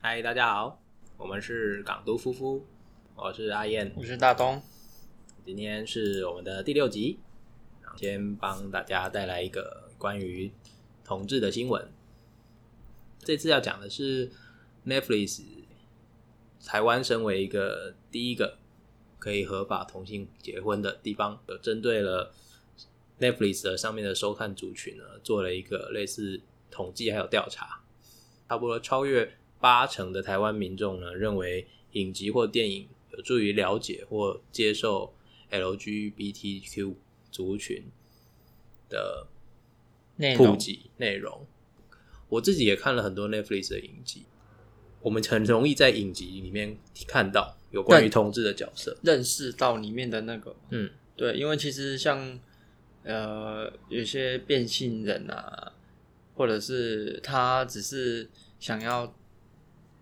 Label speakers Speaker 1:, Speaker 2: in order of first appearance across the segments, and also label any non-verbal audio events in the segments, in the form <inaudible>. Speaker 1: 嗨，大家好，我们是港都夫妇，我是阿燕，
Speaker 2: 我是大东，
Speaker 1: 今天是我们的第六集，然后先帮大家带来一个关于同志的新闻。这次要讲的是 Netflix 台湾身为一个第一个可以合法同性结婚的地方，有针对了 Netflix 的上面的收看族群呢，做了一个类似统计还有调查，差不多超越八成的台湾民众呢，认为影集或电影有助于了解或接受 LGBTQ 族群的
Speaker 2: 内
Speaker 1: 普
Speaker 2: 容
Speaker 1: 及内容。我自己也看了很多 Netflix 的影集，我们很容易在影集里面看到有关于
Speaker 2: 对
Speaker 1: 同志的角色。
Speaker 2: 认识到里面的那个，
Speaker 1: 嗯，
Speaker 2: 对，因为其实像呃有些变性人啊，或者是他只是想要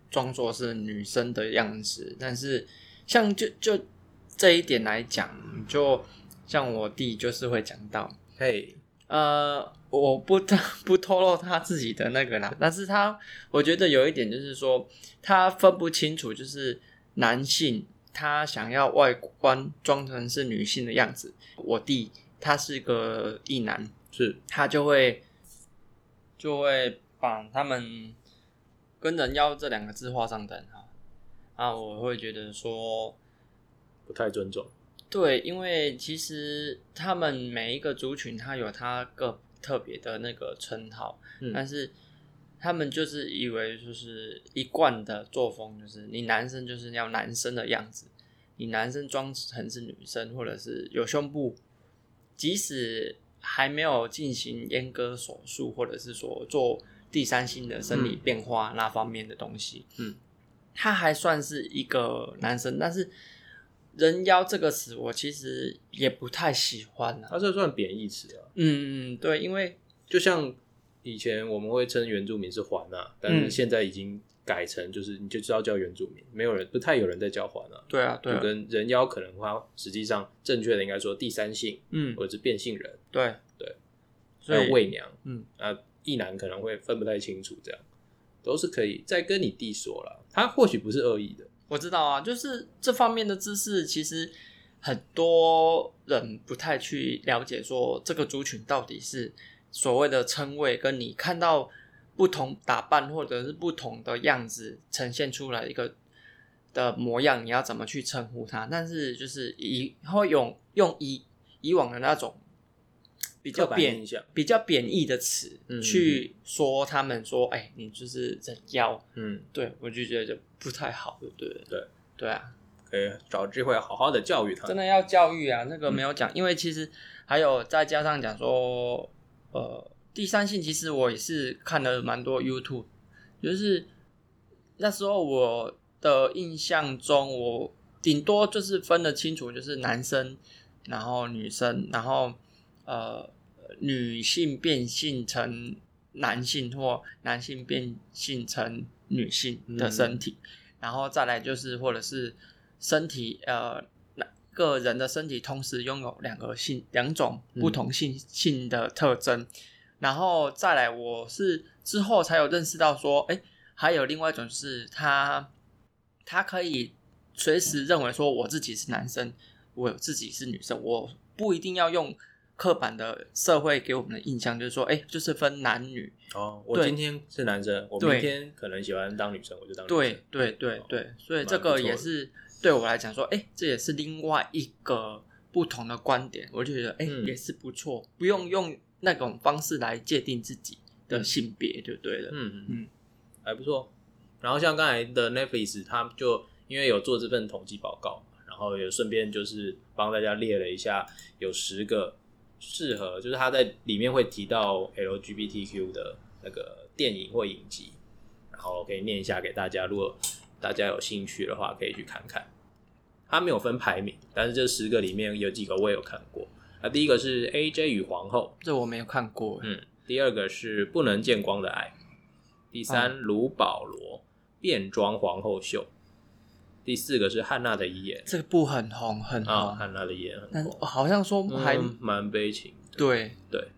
Speaker 2: 装作是女生的样子，但是像就就这一点来讲，就像我弟就是会讲到，
Speaker 1: 嘿，
Speaker 2: 呃，我不不透露他自己的那个啦， <laughs> 但是他我觉得有一点就是说，他分不清楚，就是男性他想要外观装成是女性的样子，我弟他是个异男，
Speaker 1: 是
Speaker 2: 他就会就会把他们跟人妖这两个字画上等号啊，我会觉得说，
Speaker 1: 不太尊重。
Speaker 2: 对，因为其实他们每一个族群，他有他个特别的那个称号，但
Speaker 1: 嗯，
Speaker 2: 是他们就是以为就是一贯的作风，就是你男生就是要男生的样子，你男生装成是女生，或者是有胸部，即使还没有进行阉割手术，或者是说做第三性的生理
Speaker 1: 嗯
Speaker 2: 变化那方面的东西，
Speaker 1: 嗯，
Speaker 2: 他还算是一个男生，但是。人妖这个词，我其实也不太喜欢啊。
Speaker 1: 它这算贬义词啊，
Speaker 2: 嗯，嗯对，因为
Speaker 1: 就像以前我们会称原住民是环啊，但是
Speaker 2: 嗯
Speaker 1: 现在已经改成就是你就知道叫原住民，没有人不太有人在叫环啊。
Speaker 2: 对啊，对
Speaker 1: 就
Speaker 2: 啊，
Speaker 1: 跟人妖可能它实际上正确的应该说第三性
Speaker 2: 嗯，
Speaker 1: 或者是变性人，
Speaker 2: 对
Speaker 1: 对，
Speaker 2: 所
Speaker 1: 还有
Speaker 2: 以
Speaker 1: 伪娘，
Speaker 2: 嗯，
Speaker 1: 啊，一男可能会分不太清楚，这样都是可以再跟你弟说了，他或许不是恶意的，
Speaker 2: 我知道啊，就是这方面的知识，其实很多人不太去了解，说这个族群到底是所谓的称谓，跟你看到不同打扮或者是不同的样子呈现出来一个的模样，你要怎么去称呼它？但是就是以会用用以以往的那种比较
Speaker 1: 刻板
Speaker 2: 贬
Speaker 1: 印象，
Speaker 2: 比较贬义的词
Speaker 1: 嗯
Speaker 2: 去说他们说，哎、你就是人妖，
Speaker 1: 嗯，
Speaker 2: 对，我就觉得不太好，对不对？
Speaker 1: 对
Speaker 2: 对啊，
Speaker 1: 可以找机会好好的教育他，
Speaker 2: 真的要教育啊，那个没有讲，因为其实还有再加上讲说，呃，第三性其实我也是看了蛮多 YouTube，就是那时候我的印象中，我顶多就是分得清楚，就是男生，然后女生，然后呃女性变性成男性或男性变性成女性的身体，然后再来就是或者是身体呃。那个人的身体同时拥有两个性两种不同性、性的特征，然后再来，我是之后才有认识到说，哎、还有另外一种是他，他可以随时认为说我自己是男生，我自己是女生，我不一定要用刻板的社会给我们的印象，就是说，哎、就是分男女。
Speaker 1: 哦，我
Speaker 2: 对
Speaker 1: 今天是男生，我
Speaker 2: 对
Speaker 1: 明天可能喜欢当女生，我就当女生，
Speaker 2: 对对对对，所以这
Speaker 1: 哦蛮不
Speaker 2: 个
Speaker 1: 错的
Speaker 2: 也是对我来讲说，哎、这也是另外一个不同的观点，我就觉得，哎、
Speaker 1: 嗯
Speaker 2: 也是不错，不用用那种方式来界定自己的性别就对了。
Speaker 1: 嗯嗯
Speaker 2: 嗯，
Speaker 1: 还不错。然后像刚才的 Netflix，他们就因为有做这份统计报告嘛，然后也顺便就是帮大家列了一下，有十个适合，就是他在里面会提到 LGBTQ 的那个电影或影集，然后可以念一下给大家，如果大家有兴趣的话，可以去看看。它没有分排名，但是这十个里面有几个我也有看过。那第一个是 AJ 与皇后，
Speaker 2: 这我没有看过、哎
Speaker 1: 嗯，第二个是不能见光的爱，第三
Speaker 2: 啊
Speaker 1: 卢保罗变装皇后秀，第四个是汉娜的遗言
Speaker 2: 这个部很红很红，
Speaker 1: 啊，汉娜的遗言很
Speaker 2: 但哦
Speaker 1: 红，
Speaker 2: 好像说还、
Speaker 1: 嗯蛮悲情的。
Speaker 2: 对，
Speaker 1: 对，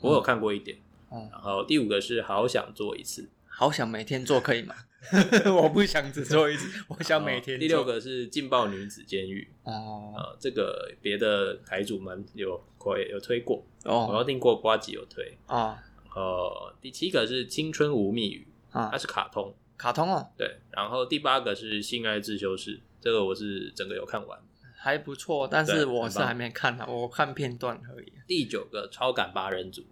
Speaker 1: 我有看过一点。
Speaker 2: 哦、
Speaker 1: 然后第五个是好想做一次，
Speaker 2: 好想每天做可以吗？ <laughs> 我不想只做一次，我想每天
Speaker 1: 哦啊第六
Speaker 2: 做
Speaker 1: 个是劲爆女子监狱
Speaker 2: 哦
Speaker 1: 啊，这个别的台主们有推有推过，我
Speaker 2: 哦
Speaker 1: 要订过瓜吉有推。
Speaker 2: 哦
Speaker 1: 呃，第七个是青春无密语，它
Speaker 2: 啊，
Speaker 1: 是卡通，
Speaker 2: 卡通哦，
Speaker 1: 对。然后第八个是性爱自修室，这个我是整个有看完。
Speaker 2: 还不错，但是
Speaker 1: 对
Speaker 2: 我
Speaker 1: 很
Speaker 2: 是
Speaker 1: 棒
Speaker 2: 还没看呢，我看片段而已。
Speaker 1: 第九个超感八人组，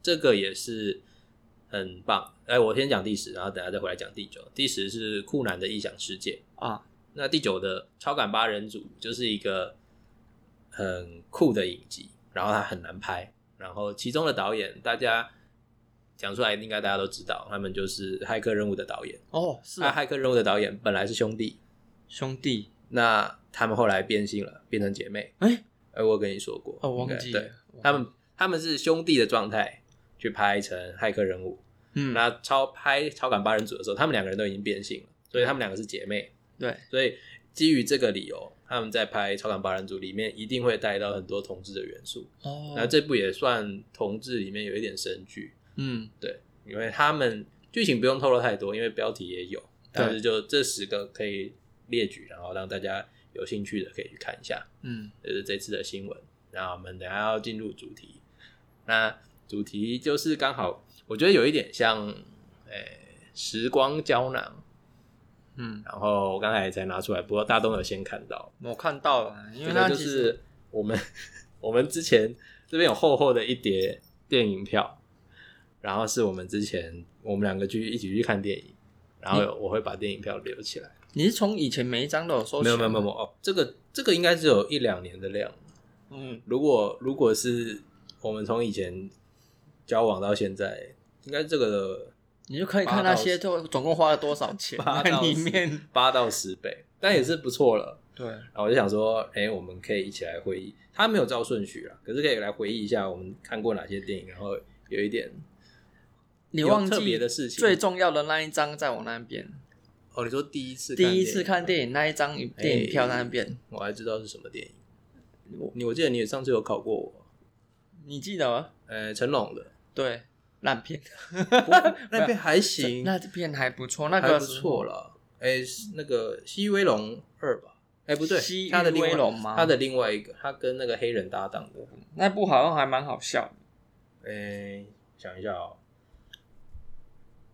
Speaker 1: 这个也是很棒。哎，我先讲第十，然后等下再回来讲第九。第十是酷男的异想世界，
Speaker 2: 啊，
Speaker 1: 那第九的超感八人组就是一个很酷的影集，然后它很难拍，然后其中的导演大家讲出来应该大家都知道，他们就是《骇客任务》的导演。
Speaker 2: 哦，是
Speaker 1: 那《
Speaker 2: 啊，
Speaker 1: 骇客任务》的导演本来是兄弟，
Speaker 2: 兄弟，
Speaker 1: 那他们后来变性了，变成姐妹。
Speaker 2: 哎，
Speaker 1: 哎，我有跟你说过，
Speaker 2: 哦，我
Speaker 1: 应
Speaker 2: 忘
Speaker 1: 该
Speaker 2: 记
Speaker 1: 对
Speaker 2: 了，我
Speaker 1: 他们他们是兄弟的状态去拍成《骇客任务》
Speaker 2: 嗯，
Speaker 1: 那超拍《超感八人组》的时候，他们两个人都已经变性了，所以他们两个是姐妹。
Speaker 2: 对，
Speaker 1: 所以基于这个理由，他们在拍《超感八人组》里面一定会带到很多同志的元素。
Speaker 2: 哦，
Speaker 1: 那这部也算同志里面有一点神剧，
Speaker 2: 嗯
Speaker 1: 对，因为他们剧情不用透露太多，因为标题也有。但是就这十个可以列举，然后让大家有兴趣的可以去看一下。
Speaker 2: 嗯
Speaker 1: 这是这次的新闻。那我们等一下要进入主题，那主题就是刚好，我觉得有一点像，诶、时光胶囊。
Speaker 2: 嗯，
Speaker 1: 然后我刚才才拿出来，不过大东有先看到，
Speaker 2: 我看到了，因为
Speaker 1: 这
Speaker 2: 他
Speaker 1: 个就
Speaker 2: 其实
Speaker 1: 是 <laughs> 我们我们之前这边有厚厚的一叠电影票，然后是我们之前我们两个去一起去看电影，然
Speaker 2: 嗯
Speaker 1: 后我会把电影票留起来。
Speaker 2: 你是从以前每一张都有收起
Speaker 1: 没
Speaker 2: 来
Speaker 1: 有
Speaker 2: 吗，
Speaker 1: 没有没有没有哦，这个这个应该是有一两年的量，
Speaker 2: 嗯，
Speaker 1: 如果如果是我们从以前交往到现在，应该这个
Speaker 2: 你就可以看那些就总共花了多少钱
Speaker 1: 八
Speaker 2: 在
Speaker 1: 到
Speaker 2: 里
Speaker 1: 十
Speaker 2: 面，
Speaker 1: 八到十倍，但也是不错了。
Speaker 2: 对，
Speaker 1: 然后我就想说，哎、我们可以一起来回忆。他没有照顺序啦，可是可以来回忆一下我们看过哪些电影，然后有一点
Speaker 2: 你
Speaker 1: 有
Speaker 2: 忘
Speaker 1: 特别
Speaker 2: 记
Speaker 1: 的事情。
Speaker 2: 最重要的那一张在我那边，
Speaker 1: 哦，你说第一次
Speaker 2: 第一次看
Speaker 1: 影，
Speaker 2: 电影那一张影
Speaker 1: 哎
Speaker 2: 电影票在那边，
Speaker 1: 我还知道是什么电影。
Speaker 2: 我
Speaker 1: 你我记得你也上次有考过我，
Speaker 2: 你记得吗？
Speaker 1: 呃，成龙的
Speaker 2: 对，烂片，
Speaker 1: 不过那边还行，
Speaker 2: 那片还不错，那
Speaker 1: 还
Speaker 2: 个
Speaker 1: 不
Speaker 2: 时候
Speaker 1: 错了。哎、是那个《西威龙二》吧？哎、不对，
Speaker 2: 西域
Speaker 1: 他的另
Speaker 2: 威
Speaker 1: 外
Speaker 2: 龙吗？
Speaker 1: 他的另外一个，他跟那个黑人搭档的，
Speaker 2: 那部好像还蛮好笑的，
Speaker 1: 哎、想一下哦，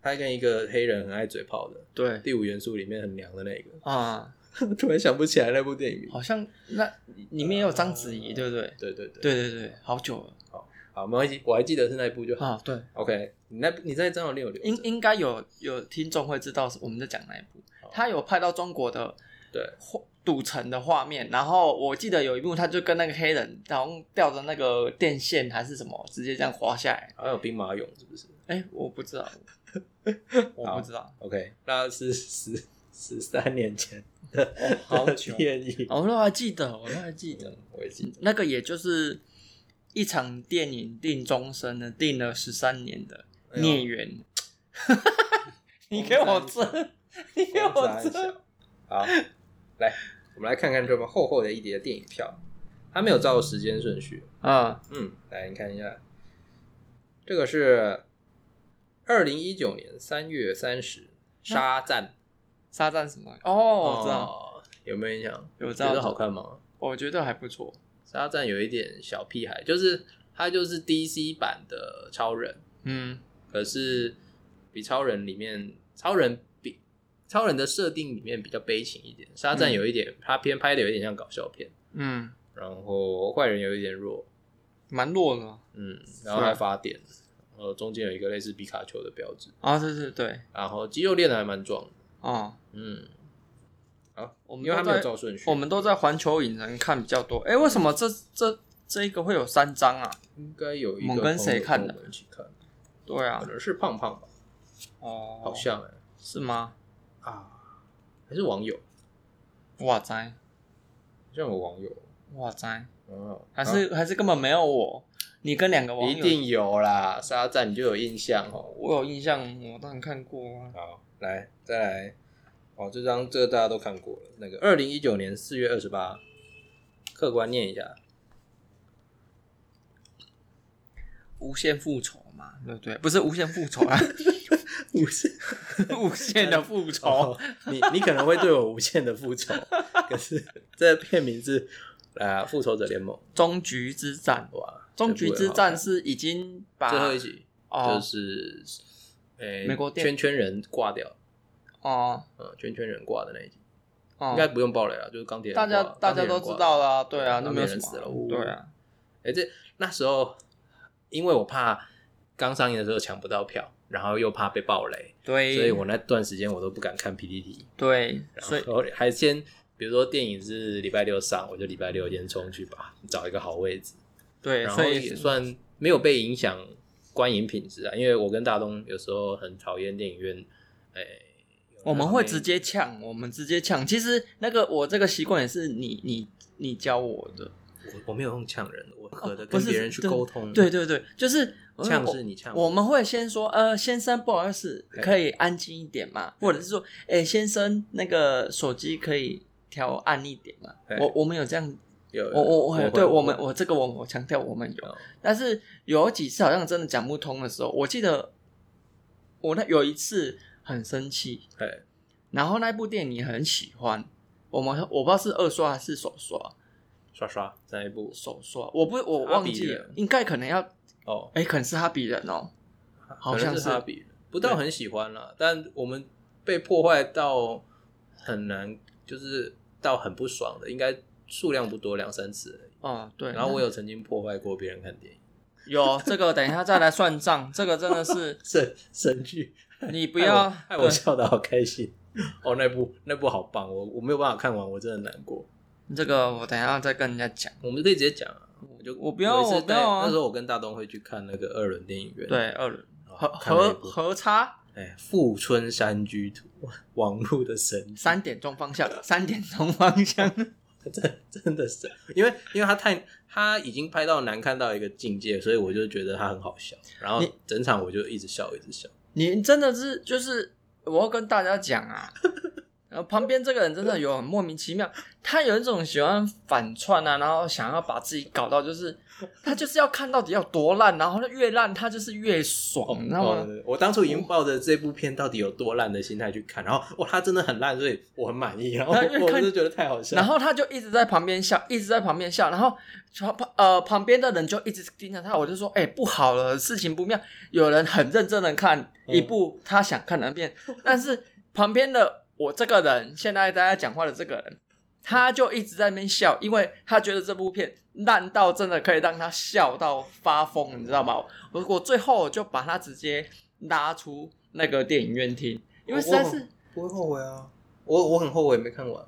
Speaker 1: 他跟一个黑人很爱嘴炮的，《
Speaker 2: 对
Speaker 1: 第五元素》里面很娘的那个， <laughs>
Speaker 2: 啊，
Speaker 1: 突然想不起来那部电影名。
Speaker 2: 好像那里面也有章子怡，对不对？
Speaker 1: 对对对，
Speaker 2: 对对对，好久了
Speaker 1: 好，没关系，我还记得是那一部就好。
Speaker 2: 啊，对。
Speaker 1: OK，你那你在张有令有留着
Speaker 2: 应应该有有听众会知道是我们在讲哪一部
Speaker 1: 好，
Speaker 2: 他有拍到中国的
Speaker 1: 对
Speaker 2: 画赌城的画面，然后我记得有一幕他就跟那个黑人，然后吊着那个电线还是什么，直接这样滑下来。
Speaker 1: 好像有兵马俑是不是
Speaker 2: 哎、我不 <laughs> 知道，我不知道，
Speaker 1: ？OK，那是十十三年前
Speaker 2: 哦、好
Speaker 1: 的
Speaker 2: 久，
Speaker 1: 电影，
Speaker 2: <laughs> 我都还记得，我都还记得
Speaker 1: 嗯，我也记得。
Speaker 2: 那个也就是一场电影定终身的，定了十三年的
Speaker 1: 哎呦
Speaker 2: 孽缘。
Speaker 1: <laughs>
Speaker 2: 你给我这， <laughs> 你
Speaker 1: 哎
Speaker 2: 给我
Speaker 1: 公司还
Speaker 2: 这
Speaker 1: 小。好，来，我们来看看这么厚厚的一叠电影票，它没有照时间顺序。
Speaker 2: 啊！
Speaker 1: 嗯，来你看一下，这个是二零一九年三月三十，沙赞。
Speaker 2: 沙赞什么？啊哦，我知道，
Speaker 1: 道，有没有印象？
Speaker 2: 有知
Speaker 1: 觉得
Speaker 2: 道，
Speaker 1: 好，看吗？
Speaker 2: 我觉得还不错。
Speaker 1: 沙赞有一点小屁孩，就是他就是 DC 版的超人，
Speaker 2: 嗯，
Speaker 1: 可是比超人里面，超人比超人的设定里面比较悲情一点，沙赞
Speaker 2: 嗯
Speaker 1: 有一点，他偏拍的有一点像搞笑片，
Speaker 2: 嗯，
Speaker 1: 然后坏人有一点弱，
Speaker 2: 蛮弱的
Speaker 1: 嗯，
Speaker 2: 啊
Speaker 1: 然后还发电，然后中间有一个类似皮卡丘的标志，
Speaker 2: 啊，对对对，
Speaker 1: 然后肌肉练的还蛮壮的，
Speaker 2: 啊，
Speaker 1: 嗯，
Speaker 2: 我
Speaker 1: 因
Speaker 2: 们
Speaker 1: 为他没
Speaker 2: 都
Speaker 1: 有
Speaker 2: 在
Speaker 1: 照顺序，啊
Speaker 2: 我们都在环球影城看比较多。哎，为什么这这这一个会有三张啊？
Speaker 1: 应该有一
Speaker 2: 我
Speaker 1: 个
Speaker 2: 们跟谁看的
Speaker 1: 朋友跟我们一起看，
Speaker 2: 对啊
Speaker 1: 可，能是胖胖吧，
Speaker 2: 哦，
Speaker 1: 好像哎、
Speaker 2: 是吗？
Speaker 1: 啊，还是网友，
Speaker 2: 哇塞，
Speaker 1: 好像有网友，
Speaker 2: 哇塞，
Speaker 1: 嗯，
Speaker 2: 还是还是根本没有我，你跟两个
Speaker 1: 啊
Speaker 2: 网
Speaker 1: 一
Speaker 2: 友，
Speaker 1: 定有啦，沙赞你就有印象哦。
Speaker 2: 我有印象，我当然看过啊。
Speaker 1: 好，来再来，哦，这张这个大家都看过了，那个二零一九年四月二十八，客观念一下，嗯 <laughs>
Speaker 2: 无限复仇嘛，对不对？不是无限复仇啊，
Speaker 1: 无限
Speaker 2: 无限的复仇
Speaker 1: 哦，你你可能会对我无限的复 <laughs> 仇，可是这片名是呃《复仇者联盟》
Speaker 2: 终局之战。
Speaker 1: 哇，
Speaker 2: 终局之战
Speaker 1: 这
Speaker 2: 是已经把
Speaker 1: 部也好看最后一集就
Speaker 2: 哦
Speaker 1: 是诶
Speaker 2: 美国电
Speaker 1: 圈圈人挂掉，
Speaker 2: 哦
Speaker 1: 嗯，圈圈人挂的那一集，应该
Speaker 2: 哦，
Speaker 1: 不用爆雷啊了，就是钢铁人
Speaker 2: 大家
Speaker 1: 挂
Speaker 2: 大家都知道。啦，对啊，
Speaker 1: 钢铁人
Speaker 2: 那没有什
Speaker 1: 人死了呜
Speaker 2: 么，对啊，
Speaker 1: 哎、诶这那时候因为我怕刚上映的时候抢不到票，然后又怕被爆雷，
Speaker 2: 对，
Speaker 1: 所以我那段时间我都不敢看 PPT。
Speaker 2: 对，所以
Speaker 1: 然后还先，比如说电影是礼拜六上，我就礼拜六先冲去吧，找一个好位置，
Speaker 2: 对，
Speaker 1: 然后
Speaker 2: 所
Speaker 1: 也
Speaker 2: 以
Speaker 1: 算没有被影响观影品质啊。因为我跟大东有时候很讨厌电影院，哎、
Speaker 2: 我们会直接呛，我们直接呛。其实那个我这个习惯也是你你你教我的，
Speaker 1: 我我没有用呛人，我和的
Speaker 2: 哦不
Speaker 1: 跟
Speaker 2: 是
Speaker 1: 别人去沟通，
Speaker 2: 对，对对，就是
Speaker 1: 呛
Speaker 2: 我
Speaker 1: 是你呛
Speaker 2: 我们会先说，呃，先生，不好意思，
Speaker 1: 对
Speaker 2: 可以安静一点嘛？或者是说，哎、先生，那个手机可以调暗一点嘛
Speaker 1: 对？
Speaker 2: 我我们有这样，
Speaker 1: 有
Speaker 2: 我我我，
Speaker 1: 会
Speaker 2: 对我们
Speaker 1: 会
Speaker 2: 我这个我我强调我们有，
Speaker 1: 哦
Speaker 2: 但是有几次好像真的讲不通的时候，我记得我那有一次很生气，
Speaker 1: 哎
Speaker 2: 然后那部电影你很喜欢，我们我不知道是二刷还是手刷，
Speaker 1: 刷刷那一部
Speaker 2: 手刷我不我忘记
Speaker 1: 哈比
Speaker 2: 了
Speaker 1: 人，
Speaker 2: 应该可能要
Speaker 1: 哦，
Speaker 2: 哎、可能是哈比人哦，好像
Speaker 1: 可能是
Speaker 2: 是
Speaker 1: 哈比人，不到很喜欢了，但我们被破坏到很难，就是到很不爽的，应该数量不多，两三次而已。
Speaker 2: 哦对，
Speaker 1: 然后我有曾经破坏过别人看电影，
Speaker 2: 有这个，等一下再来算账，这个真的是
Speaker 1: 神神 <laughs> 剧，
Speaker 2: 你不
Speaker 1: 害
Speaker 2: 要
Speaker 1: 我啊害哎
Speaker 2: <laughs>
Speaker 1: 我
Speaker 2: 对
Speaker 1: 笑的好开心。哦，那部那部好棒，我我没有办法看完，我真的难过。
Speaker 2: 这个，我等一下再跟人家讲。
Speaker 1: 我们可以直接讲啊，我就
Speaker 2: 我不
Speaker 1: 有
Speaker 2: 要
Speaker 1: 一次
Speaker 2: 我不要啊
Speaker 1: 带那时候我跟大东会去看那个二轮电影院，
Speaker 2: 对，二轮
Speaker 1: 然
Speaker 2: 和
Speaker 1: 后看了一
Speaker 2: 和
Speaker 1: 部，
Speaker 2: 和差
Speaker 1: 哎，《富春山居图》网络的神剧，
Speaker 2: 三点钟方向，三点钟方向， <laughs>
Speaker 1: <laughs> 真真的是，因为因为他太他已经拍到难看到一个境界，所以我就觉得他很好笑，然后
Speaker 2: 你
Speaker 1: 整场我就一直笑一直笑。
Speaker 2: 你真的是就是我要跟大家讲啊， <laughs> 呃，旁边这个人真的有很莫名其妙，他有一种喜欢反串啊，然后想要把自己搞到就是他就是要看到底有多烂，然后越烂他就是越爽，你知道吗？
Speaker 1: 哦我当初已经抱着这部片到底有多烂的心态去看，然后哇，他真的很烂，所以我很满意，然后
Speaker 2: 那越看
Speaker 1: 我就觉得太好笑。
Speaker 2: 然后他就一直在旁边笑，一直在旁边笑，然后旁呃旁边的人就一直盯着他，我就说，哎、不好了，事情不妙。有人很认真的看
Speaker 1: 嗯
Speaker 2: 一部他想看的片，但是旁边的我这个人，现在大家讲话的这个人，他就一直在那边笑，因为他觉得这部片烂到真的可以让他笑到发疯，你知道吗？我我最后我就把他直接拉出那个电影院听，因为实在是。
Speaker 1: 不会后悔啊，我我很后悔没看完。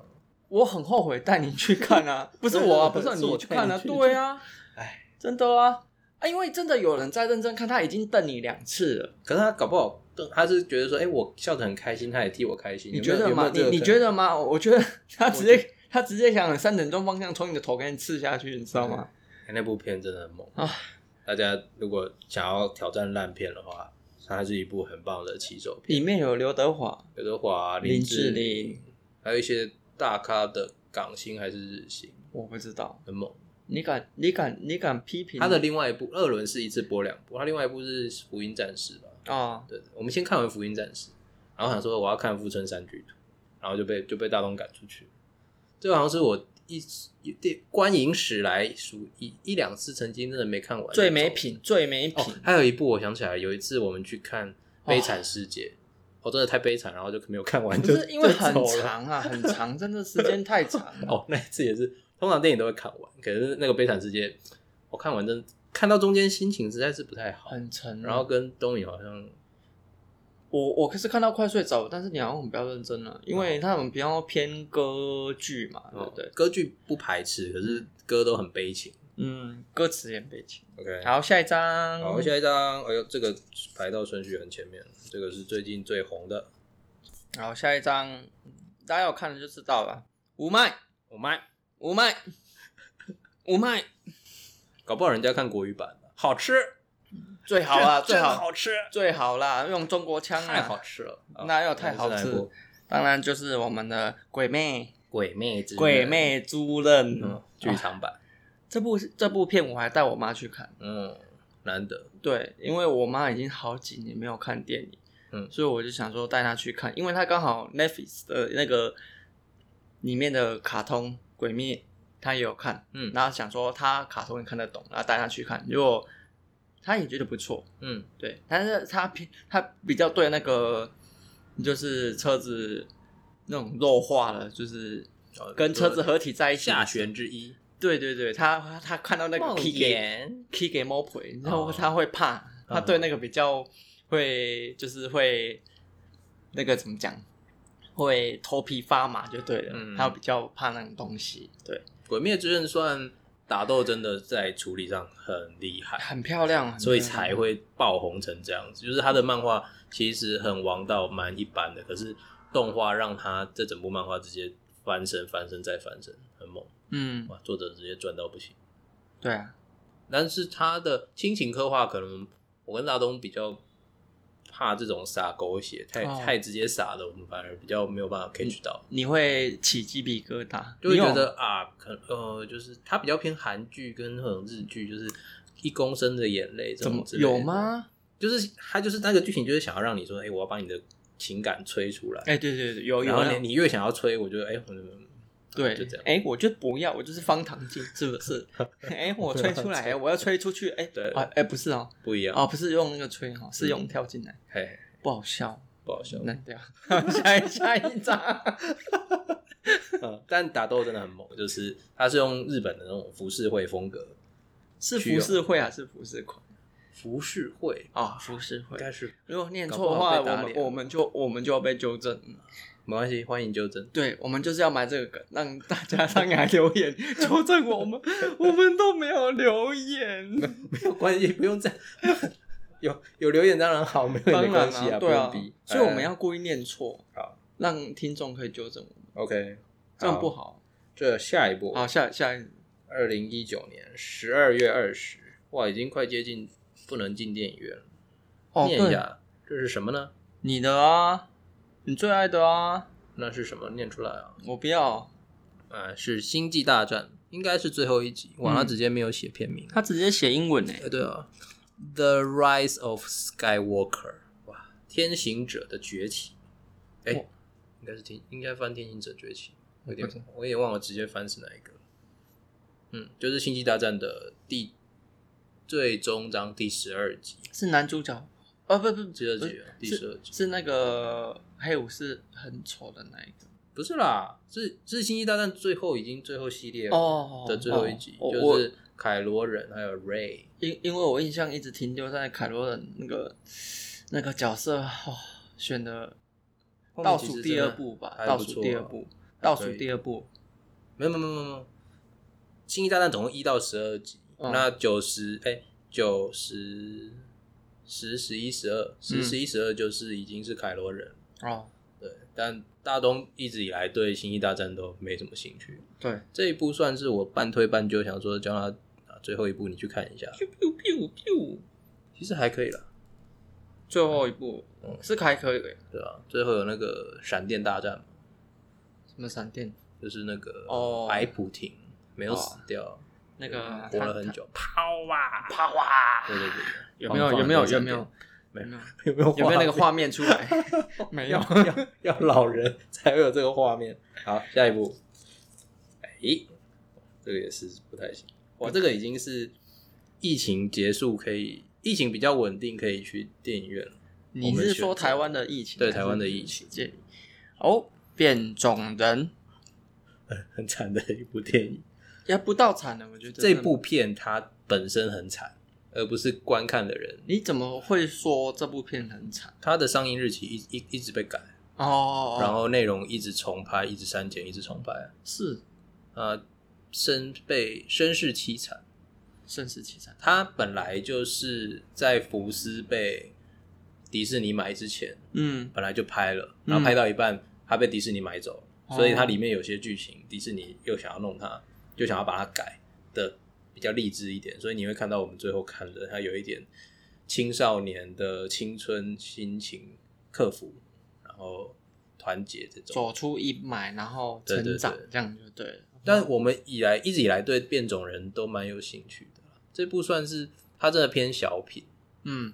Speaker 2: 我很后悔带你去
Speaker 1: <laughs>
Speaker 2: 看啊，不是我、啊，不是
Speaker 1: 是我
Speaker 2: 你去看啊，
Speaker 1: 带你去
Speaker 2: 对啊，
Speaker 1: 哎，
Speaker 2: 真的啊，啊，因为真的有人在认真看，他已经瞪你两次了，
Speaker 1: 可是他搞不好，他是觉得说，哎、我笑得很开心，他也替我开心。
Speaker 2: 你
Speaker 1: 有没
Speaker 2: 觉
Speaker 1: 有
Speaker 2: 得
Speaker 1: 有没
Speaker 2: 吗
Speaker 1: 有？这
Speaker 2: 你
Speaker 1: 个
Speaker 2: 你
Speaker 1: 可能
Speaker 2: 觉得吗？我我觉得他直接他直接想三点钟方向从你的头给你刺下去，你知道
Speaker 1: 嗯
Speaker 2: 吗？
Speaker 1: 哎那部片真的很猛
Speaker 2: 啊！
Speaker 1: 大家如果想要挑战烂片的话，它是一部很棒的起手片，
Speaker 2: 里面有刘德华、
Speaker 1: 刘德华、
Speaker 2: 林
Speaker 1: 志
Speaker 2: 志，玲，
Speaker 1: 还有一些大咖的港星还是日星，
Speaker 2: 我不知道，
Speaker 1: 很猛。
Speaker 2: 你敢你敢你敢批评
Speaker 1: 他的另外一部《二轮》是一次播两部，他另外一部是《福音战士》吧？
Speaker 2: 啊？
Speaker 1: 对，我们先看完《福音战士》，然后想说我要看《富春山居图》，然后就被就被大东赶出去。这好像是我一一电观影史来数一一两次曾经真的没看完的
Speaker 2: 最没
Speaker 1: 种
Speaker 2: 品，最没
Speaker 1: 哦
Speaker 2: 品，，
Speaker 1: 还有一部我想起来，有一次我们去看《悲惨世界》，哦，真的太悲惨，然后就没有看完，
Speaker 2: 不
Speaker 1: 就是
Speaker 2: 因为很
Speaker 1: 就走了。
Speaker 2: 长啊，很长，真的时间太长了。
Speaker 1: <laughs> 哦，那一次也是，通常电影都会看完，可是那个《悲惨世界》，我看完真看到中间心情实在是不太好，
Speaker 2: 很沉，
Speaker 1: <laughs> 然后跟东影好像
Speaker 2: 我我可是看到快睡着，但是你好像很不要认真了，因为他们比较偏歌剧嘛，对不对
Speaker 1: 哦哦？歌剧不排斥，可是歌都很悲情。
Speaker 2: 嗯，歌词也背景。
Speaker 1: OK，
Speaker 2: 好，下一张，
Speaker 1: 好，下一张，哎呦，这个排到顺序很前面，这个是最近最红的，
Speaker 2: 好，下一张，大家有看了就知道了。五麦，
Speaker 1: 我卖，
Speaker 2: 五麦，五麦，
Speaker 1: 搞不好人家看国语版的，好吃，
Speaker 2: 最好啦，
Speaker 1: 真
Speaker 2: 最
Speaker 1: 真
Speaker 2: 好，
Speaker 1: 好吃，
Speaker 2: 最好啦，用中国腔
Speaker 1: 太好
Speaker 2: 啊，
Speaker 1: 吃了，啊
Speaker 2: 那又太好
Speaker 1: 我是
Speaker 2: 吃
Speaker 1: 来过。
Speaker 2: 当然就是我们的鬼妹，
Speaker 1: 鬼魅之
Speaker 2: 鬼魅猪刃。
Speaker 1: 嗯剧场版，
Speaker 2: 这部这部片我还带我妈去看，
Speaker 1: 嗯，难得
Speaker 2: 对，因为我妈已经好几年没有看电影，
Speaker 1: 嗯
Speaker 2: 所以我就想说带他去看，因为他刚好 Netflix 的那个里面的卡通《鬼灭》，他也有看，
Speaker 1: 嗯
Speaker 2: 然后想说他卡通也看得懂，然后带他去看，结果他也觉得不错，
Speaker 1: 嗯
Speaker 2: 对，但是他偏他比较对那个就是车子那种肉化了，就是
Speaker 1: 哦
Speaker 2: 跟车子合体在一起
Speaker 1: 下旋之一，
Speaker 2: 对对对，他他看到那个 P 给
Speaker 1: 眼
Speaker 2: P 给猫腿，然后
Speaker 1: 哦
Speaker 2: 他会怕，他对那个比较会就是会那个怎么讲，会头皮发麻就对了，
Speaker 1: 嗯
Speaker 2: 他比较怕那种东西，对，
Speaker 1: 鬼灭之刃算打斗真的在处理上很厉害，
Speaker 2: 很漂亮，
Speaker 1: 所以
Speaker 2: 很漂
Speaker 1: 才
Speaker 2: 亮
Speaker 1: 会爆红成这样子。就是他的漫画其实很王道，蛮一般的，可是动画让他这整部漫画直接翻身、翻身再翻身，很猛
Speaker 2: 嗯，
Speaker 1: 哇！作者直接赚到不行。
Speaker 2: 对啊，
Speaker 1: 但是他的亲情刻画，可能我跟大东比较怕这种撒狗血，太、
Speaker 2: 哦
Speaker 1: 太直接撒的，我们反而比较没有办法 catch 到。
Speaker 2: 你会起鸡皮疙瘩，
Speaker 1: 就会
Speaker 2: 你有
Speaker 1: 觉得啊，可呃，就是它比较偏韩剧跟那种日剧，就是一公升的眼泪这
Speaker 2: 怎
Speaker 1: 种
Speaker 2: 么
Speaker 1: 之类的
Speaker 2: 有？吗？
Speaker 1: 就是它就是那个剧情，就是想要让你说，哎、我要把你的情感吹出来，
Speaker 2: 哎，对对对，有
Speaker 1: 然
Speaker 2: 有
Speaker 1: 后
Speaker 2: 有
Speaker 1: 你你越想要吹，我就哎、我就
Speaker 2: 对，
Speaker 1: 就这样
Speaker 2: 哎，我就不要，我就是方糖精，是
Speaker 1: <laughs>
Speaker 2: 不是？哎，我吹出来，我要吹出去，哎，
Speaker 1: 啊对
Speaker 2: 啊哎，不是哦，
Speaker 1: 不一样，
Speaker 2: 哦，不是用那个吹哈，是用跳进来，
Speaker 1: 嘿、嘿
Speaker 2: 不好笑，
Speaker 1: 不好笑。
Speaker 2: 那对啊， <laughs> 下一下一张，
Speaker 1: 嗯，但打斗真的很猛，就是它是用日本的那种浮世绘风格，
Speaker 2: <laughs> 是浮世绘啊还是浮世款
Speaker 1: 浮世绘
Speaker 2: 啊？浮世
Speaker 1: 应
Speaker 2: 绘，
Speaker 1: 该是
Speaker 2: 如果念错的
Speaker 1: 搞
Speaker 2: 话，
Speaker 1: 不好
Speaker 2: 我
Speaker 1: 被打
Speaker 2: 们
Speaker 1: 脸
Speaker 2: 我们就我们就要被纠正了。
Speaker 1: 没关系，欢迎纠正。
Speaker 2: 对，我们就是要买这个梗，让大 <laughs> 家上来留言纠正我 <laughs> 们，我们都没有留言。
Speaker 1: 没有关系，不用这样。 <laughs> 有有留言当然好，没有也
Speaker 2: 当
Speaker 1: 没
Speaker 2: 然
Speaker 1: 关系
Speaker 2: 啦、
Speaker 1: 不
Speaker 2: 对啊
Speaker 1: 用逼。，哎
Speaker 2: 所以我们要故意念错，
Speaker 1: 好，
Speaker 2: 让听众可以纠正我们，
Speaker 1: OK，
Speaker 2: 这样不。好。
Speaker 1: 这下一步，
Speaker 2: 好，下下一
Speaker 1: 二零一九年十二月二十，哇，已经快接近不能进电影院了。
Speaker 2: 哦，
Speaker 1: 念一
Speaker 2: 对，
Speaker 1: 下，这是什么呢？
Speaker 2: 你的啊，你最爱的啊，
Speaker 1: 那是什么？念出来啊！
Speaker 2: 我不要，
Speaker 1: 啊，是《星际大战》，应该是最后一集。哇，
Speaker 2: 嗯
Speaker 1: 他直接没有写片名。
Speaker 2: 他直接写英文呢。欸
Speaker 1: 哎，对啊，《The Rise of Skywalker》，哇，天行者的崛起。哎
Speaker 2: 哦，
Speaker 1: 应该是天，应该翻《天行者崛起》，有点
Speaker 2: 不知，
Speaker 1: 我也忘了直接翻是哪一个了。嗯，就是《星际大战》的第最终章第十二集。
Speaker 2: 是男主角，啊，不不，
Speaker 1: 第二
Speaker 2: 不
Speaker 1: 集
Speaker 2: 是
Speaker 1: 啊，第十二集
Speaker 2: 是那个黑武士很丑的那一个
Speaker 1: 不是啦，是是星际大战最后已经最后系列
Speaker 2: 哦
Speaker 1: 的最后一集，
Speaker 2: 哦
Speaker 1: 就
Speaker 2: 我
Speaker 1: 是凯罗人还有 Ray，
Speaker 2: 因因为我印象一直停留在凯罗人那个那个角色哦、选的
Speaker 1: 后面
Speaker 2: 倒
Speaker 1: 其实
Speaker 2: 数
Speaker 1: 真
Speaker 2: 第
Speaker 1: 的
Speaker 2: 二部吧，
Speaker 1: 还
Speaker 2: 倒
Speaker 1: 不错
Speaker 2: 数第二
Speaker 1: 啊
Speaker 2: 部，
Speaker 1: 还
Speaker 2: 倒
Speaker 1: 可
Speaker 2: 数
Speaker 1: 以
Speaker 2: 第二部，
Speaker 1: 没有没有没有没有没有，星际大战总共一到十二集，
Speaker 2: 嗯
Speaker 1: 那九十哎九十十十一十二十
Speaker 2: 嗯
Speaker 1: 十一十二就是已经是凯罗人，
Speaker 2: 哦，
Speaker 1: 对，但大东一直以来对星际大战都没什么兴趣，
Speaker 2: 对
Speaker 1: 这一部算是我半推半就，想说叫他啊最后一部你去看一下，
Speaker 2: ，biu biu biu biu，
Speaker 1: 其实还可以啦。
Speaker 2: 最后一部
Speaker 1: 嗯
Speaker 2: 是还可以的，
Speaker 1: 对啊，最后有那个闪电大战嘛，
Speaker 2: 什么闪电
Speaker 1: 就是那个
Speaker 2: 哦
Speaker 1: 白普廷没有死掉，
Speaker 2: 那个
Speaker 1: 活了
Speaker 2: 他
Speaker 1: 很
Speaker 2: 他
Speaker 1: 久，抛啊，
Speaker 2: 啪哗，
Speaker 1: 对对对，
Speaker 2: 有没有有没有有没有
Speaker 1: 没有 <laughs> 有
Speaker 2: 有
Speaker 1: 没有
Speaker 2: 有没有那个画面出来？没有，
Speaker 1: 哦要要老人才会有这个画面？好，下一步，哎，这个也是不太行，我这个已经是疫情结束可以。疫情比较稳定，可以去电影院了。
Speaker 2: 你是说台湾的疫情？
Speaker 1: 对
Speaker 2: 还是
Speaker 1: 台湾的疫情
Speaker 2: 世界？哦，变种人
Speaker 1: 很惨的一部电影。
Speaker 2: 也不到惨了，我觉得
Speaker 1: 这部片它本身很惨，而不是观看的人
Speaker 2: 你怎么会说这部片很惨？
Speaker 1: 它的上映日期一一一直被改，
Speaker 2: 哦，
Speaker 1: 然后内容一直重拍，一直删减，一直重拍，
Speaker 2: 是
Speaker 1: 呃，身被身世凄惨。
Speaker 2: 盛世奇惨，
Speaker 1: 他本来就是在福斯被迪士尼买之前，
Speaker 2: 嗯，
Speaker 1: 本来就拍了，
Speaker 2: 嗯
Speaker 1: 然后拍到一半，他被迪士尼买走，
Speaker 2: 哦
Speaker 1: 所以它里面有些剧情，迪士尼又想要弄它，就想要把它改的比较励志一点，所以你会看到我们最后看的，它有一点青少年的青春心情克服，然后团结这种。
Speaker 2: 走出阴霾，然后
Speaker 1: 对对
Speaker 2: 成长
Speaker 1: 对，
Speaker 2: 这样就对了。
Speaker 1: 但我们以来一直以来对变种人都蛮有兴趣的啦，这部算是它真的偏小品，
Speaker 2: 嗯，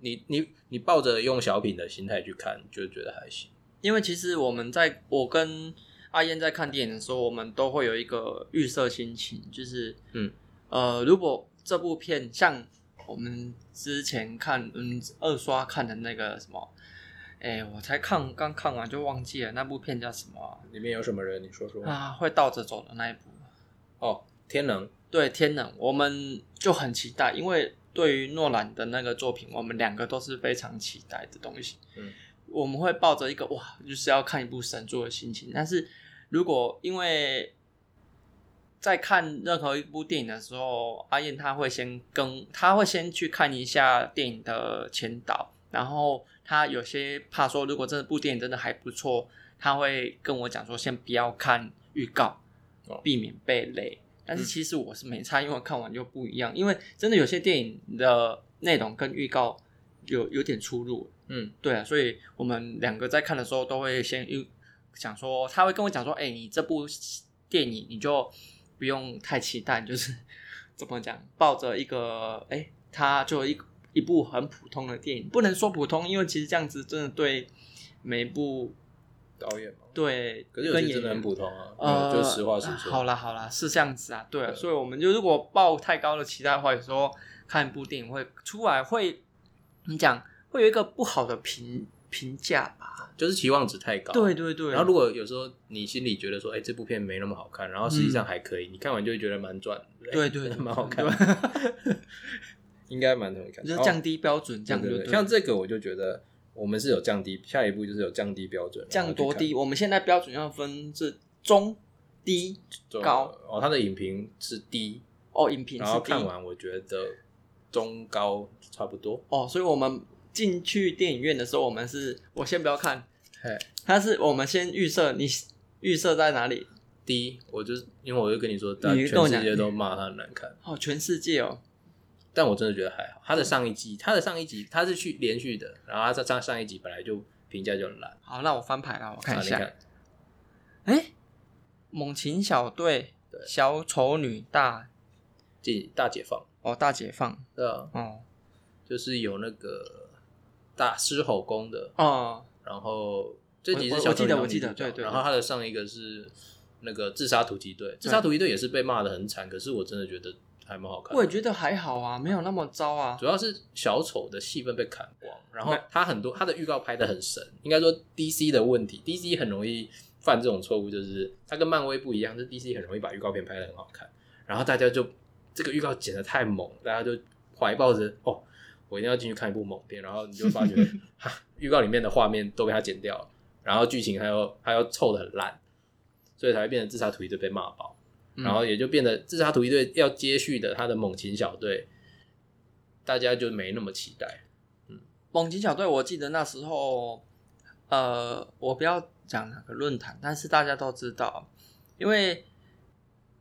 Speaker 1: 你你你抱着用小品的心态去看，就觉得还行。
Speaker 2: 因为其实我们在我跟阿燕在看电影的时候，我们都会有一个预设心情，就是
Speaker 1: 嗯
Speaker 2: 呃，如果这部片像我们之前看嗯二刷看的那个什么，哎、我才看刚看完就忘记了那部片叫什么
Speaker 1: 里面有什么人？你说说。
Speaker 2: 啊啊，会倒着走的那一部，
Speaker 1: 哦，天能，
Speaker 2: 对天能，我们就很期待，因为对于诺兰的那个作品，我们两个都是非常期待的东西。
Speaker 1: 嗯，
Speaker 2: 我们会抱着一个哇，就是要看一部神作的心情。但是如果因为在看任何一部电影的时候，阿燕她会先跟她会先去看一下电影的前导，然后她有些怕说，如果这部电影真的还不错，她会跟我讲说，先不要看预告
Speaker 1: 哦，
Speaker 2: 避免被雷。但是
Speaker 1: 嗯
Speaker 2: 其实我是没差，因为我看完就不一样。因为真的有些电影的内容跟预告有有点出入，
Speaker 1: 嗯，
Speaker 2: 对啊，所以我们两个在看的时候都会先预想说，他会跟我讲说，哎、你这部电影你就不用太期待，就是怎么讲，抱着一个哎、它就一一部很普通的电影，不能说普通，因为其实这样子真的对每一部
Speaker 1: 导演嘛，
Speaker 2: 对
Speaker 1: 可
Speaker 2: 跟
Speaker 1: 是有
Speaker 2: 演
Speaker 1: 些真的
Speaker 2: 员
Speaker 1: 很普通啊，
Speaker 2: 呃，
Speaker 1: 就实话实说。
Speaker 2: 好啦好啦，是这样子啊，对啊，
Speaker 1: 对
Speaker 2: 所以我们就如果抱太高的期待的话，有时候看一部电影会出来会，你讲会有一个不好的评评价吧？
Speaker 1: 就是期望值太高。
Speaker 2: 对。对对。
Speaker 1: 然后如果有时候你心里觉得说，哎、这部片没那么好看，然后实际上还可以，你看完就会觉得蛮赚的，
Speaker 2: 嗯对对
Speaker 1: <laughs>
Speaker 2: 对
Speaker 1: 蛮好看，应该蛮容易看。
Speaker 2: <laughs> 就是
Speaker 1: 哦
Speaker 2: 降低标准，这样就
Speaker 1: 对对
Speaker 2: 对
Speaker 1: 对
Speaker 2: 了。
Speaker 1: 像这个我就觉得我们是有降低，下一步就是有降低标准，
Speaker 2: 降多低？我们现在标准要分是中低
Speaker 1: 然后去看
Speaker 2: 高
Speaker 1: 哦，他的影评是低，
Speaker 2: 哦，影评
Speaker 1: 然
Speaker 2: 是
Speaker 1: 后
Speaker 2: 低
Speaker 1: 看完我觉得中高差不多，
Speaker 2: 哦，所以我们进去电影院的时候，我们是我先不要看，
Speaker 1: 嘿，
Speaker 2: 它是我们先预设你预设在哪里？
Speaker 1: 低，我就是因为我就跟你说，大
Speaker 2: 你
Speaker 1: 全
Speaker 2: 跟我
Speaker 1: 世
Speaker 2: 讲
Speaker 1: 界都骂他很难看，
Speaker 2: 哦，全世界哦，
Speaker 1: 但我真的觉得还好。他的上一季，他的上一集他是去连续的，然后他上上上一集本来就评价就很烂，
Speaker 2: 好，那我翻牌了，我看一
Speaker 1: 啊
Speaker 2: 下
Speaker 1: 你。看
Speaker 2: 哎、猛禽小队
Speaker 1: 对、
Speaker 2: 小丑女大
Speaker 1: 这大解放，
Speaker 2: 哦大解放
Speaker 1: 对啊，
Speaker 2: 哦
Speaker 1: 就是有那个大狮吼功的，
Speaker 2: 哦
Speaker 1: 然后这集是
Speaker 2: 我我
Speaker 1: 小
Speaker 2: 我记得
Speaker 1: 丑女
Speaker 2: 我记得
Speaker 1: 当女主角
Speaker 2: 对对嗯对
Speaker 1: 然后他的上一个是那个自杀突击队，自杀突击队也是被骂的很惨，可是我真的觉得还蛮好看的。
Speaker 2: 我也觉得还好啊，没有那么糟啊。
Speaker 1: 主要是小丑的戏份被砍光，然后他很多他的预告拍的很神，应该说 DC 的问题，DC 很容易犯这种错误，就是它跟漫威不一样，就是 DC 很容易把预告片拍的很好看，然后大家就这个预告剪的太猛，大家就怀抱着哦，我一定要进去看一部猛片，然后你就发觉哈，预告里面的画面都被他剪掉了，然后剧情还要还要凑的很烂，所以才会变成自杀突击队被骂爆。
Speaker 2: 嗯
Speaker 1: 然后也就变得自杀突击队要接续的他的猛禽小队，大家就没那么期待。
Speaker 2: 猛禽小队，我记得那时候，呃，我不要讲哪个论坛，但是大家都知道，因为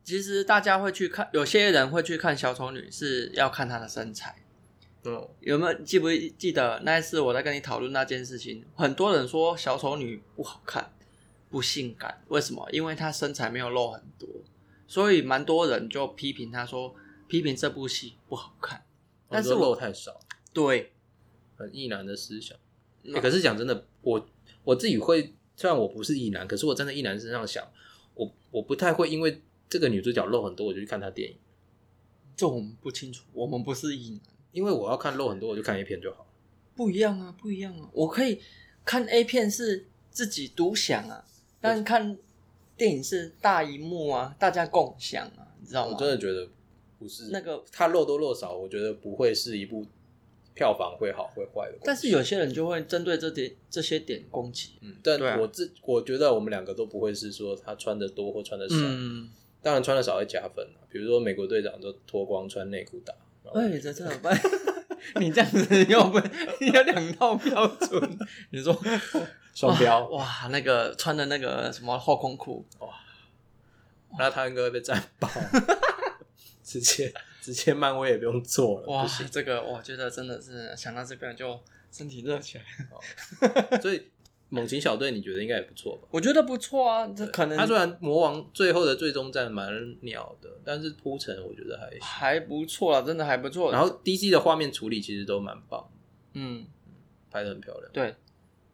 Speaker 2: 其实大家会去看，有些人会去看小丑女是要看她的身材。
Speaker 1: 嗯，
Speaker 2: 有没有记不记得那一次我在跟你讨论那件事情？很多人说小丑女不好看，不性感，为什么？因为她身材没有露很多，所以蛮多人就批评她说，批评这部戏不好看。但是
Speaker 1: 我觉得
Speaker 2: 我
Speaker 1: 肉太少，
Speaker 2: 对，
Speaker 1: 很异男的思想。
Speaker 2: 嗯
Speaker 1: 欸可是讲真的，我我自己会，虽然我不是异男，可是我站在异男身上想，我我不太会因为这个女主角露很多，我就去看她电影，
Speaker 2: 这我们不清楚，我们不是影
Speaker 1: 因为我要看露很多，我就看 A 片就好。
Speaker 2: 不一样啊，不一样啊！我可以看 A 片是自己独享啊，但看电影是大荧幕啊，大家共享啊，你知道
Speaker 1: 我
Speaker 2: 吗？
Speaker 1: 真的觉得不是
Speaker 2: 那个，
Speaker 1: 她露多露少，我觉得不会是一部票房会好会坏的。
Speaker 2: 但是有些人就会针对这点这些点攻击。
Speaker 1: 嗯，但
Speaker 2: 对啊
Speaker 1: 我自、我觉得我们两个都不会是说她穿的多或穿的少，
Speaker 2: 嗯，
Speaker 1: 当然穿的少会加分啊。比如说美国队长就脱光穿内裤打，然后
Speaker 2: 哎、这这怎么办？ <laughs> 你这样子又不，你有两套
Speaker 1: <laughs>
Speaker 2: 标准。你说
Speaker 1: 双标，
Speaker 2: 哇哇，那个穿的那个什么后空裤，
Speaker 1: 那他应该会被战
Speaker 2: <laughs>
Speaker 1: 爆，直接直接漫威也不用做了，
Speaker 2: 哇
Speaker 1: 呃不行。，
Speaker 2: 这个我觉得真的是想到这边就身体热起来。
Speaker 1: 所以猛禽小队你觉得应该也不错吧？
Speaker 2: 我觉得不错啊，这可能
Speaker 1: 他虽然魔王最后的最终战蛮鸟的，但是铺陈我觉得还行。
Speaker 2: 还不错啦，真的还不错。
Speaker 1: 然后 DC 的画面处理其实都蛮棒，
Speaker 2: 嗯，
Speaker 1: 拍的很漂亮。
Speaker 2: 对，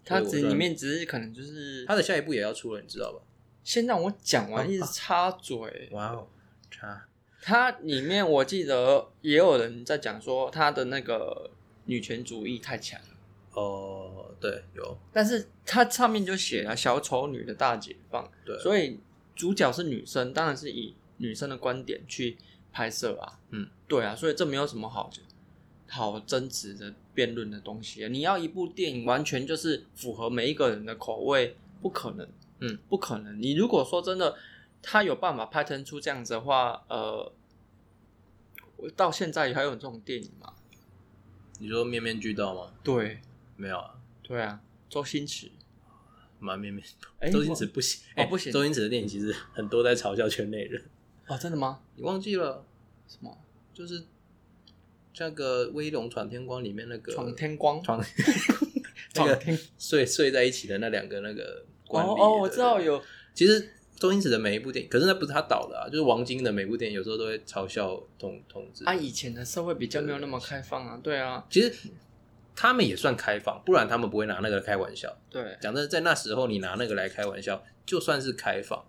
Speaker 2: 它只里面只是可能就是
Speaker 1: 他的下一部也要出了，你知道吧？
Speaker 2: 先让我讲完，
Speaker 1: 哦
Speaker 2: 一直插嘴。
Speaker 1: 哇哦，差
Speaker 2: 它里面我记得也有人在讲说他的那个女权主义太强了，
Speaker 1: 哦，对，有
Speaker 2: 但是它上面就写了小丑女的大解放，
Speaker 1: 对，以
Speaker 2: 所以主角是女生，当然是以女生的观点去拍摄啊。
Speaker 1: 嗯，
Speaker 2: 对啊，所以这没有什么好好争执的辩论的东西啊。你要一部电影完全就是符合每一个人的口味，不可能。
Speaker 1: 嗯，
Speaker 2: 不可能。你如果说真的，他有办法拍成出这样子的话，呃，我到现在还有这种电影吗？
Speaker 1: 你说面面俱到吗？
Speaker 2: 对，
Speaker 1: 没有啊，
Speaker 2: 对啊，周星驰。
Speaker 1: 蛮面面。
Speaker 2: 哎
Speaker 1: 周星驰不行，
Speaker 2: 哦
Speaker 1: 哎
Speaker 2: 不行
Speaker 1: 周星驰的电影其实很多在嘲笑圈内人，
Speaker 2: 哦，真的吗？
Speaker 1: 你忘记了？
Speaker 2: 什么？
Speaker 1: 就是那个《威龙闯天关》里面那个
Speaker 2: 闯天光？ <laughs>
Speaker 1: 闯那
Speaker 2: 闯
Speaker 1: 个
Speaker 2: 天
Speaker 1: 睡睡在一起的那两个那个
Speaker 2: 光？
Speaker 1: 官
Speaker 2: 哦
Speaker 1: 吏
Speaker 2: 哦，我
Speaker 1: 对
Speaker 2: 知道
Speaker 1: 对
Speaker 2: 有。
Speaker 1: 其实周星驰的每一部电影，可是那不是他导的啊，就是王晶的每一部电影，有时候都会嘲笑统统治。
Speaker 2: 啊，以前的社会比较没有那么开放啊，对啊，
Speaker 1: 其实他们也算开放，不然他们不会拿那个开玩笑。
Speaker 2: 对，
Speaker 1: 讲真的，在那时候你拿那个来开玩笑，就算是开放。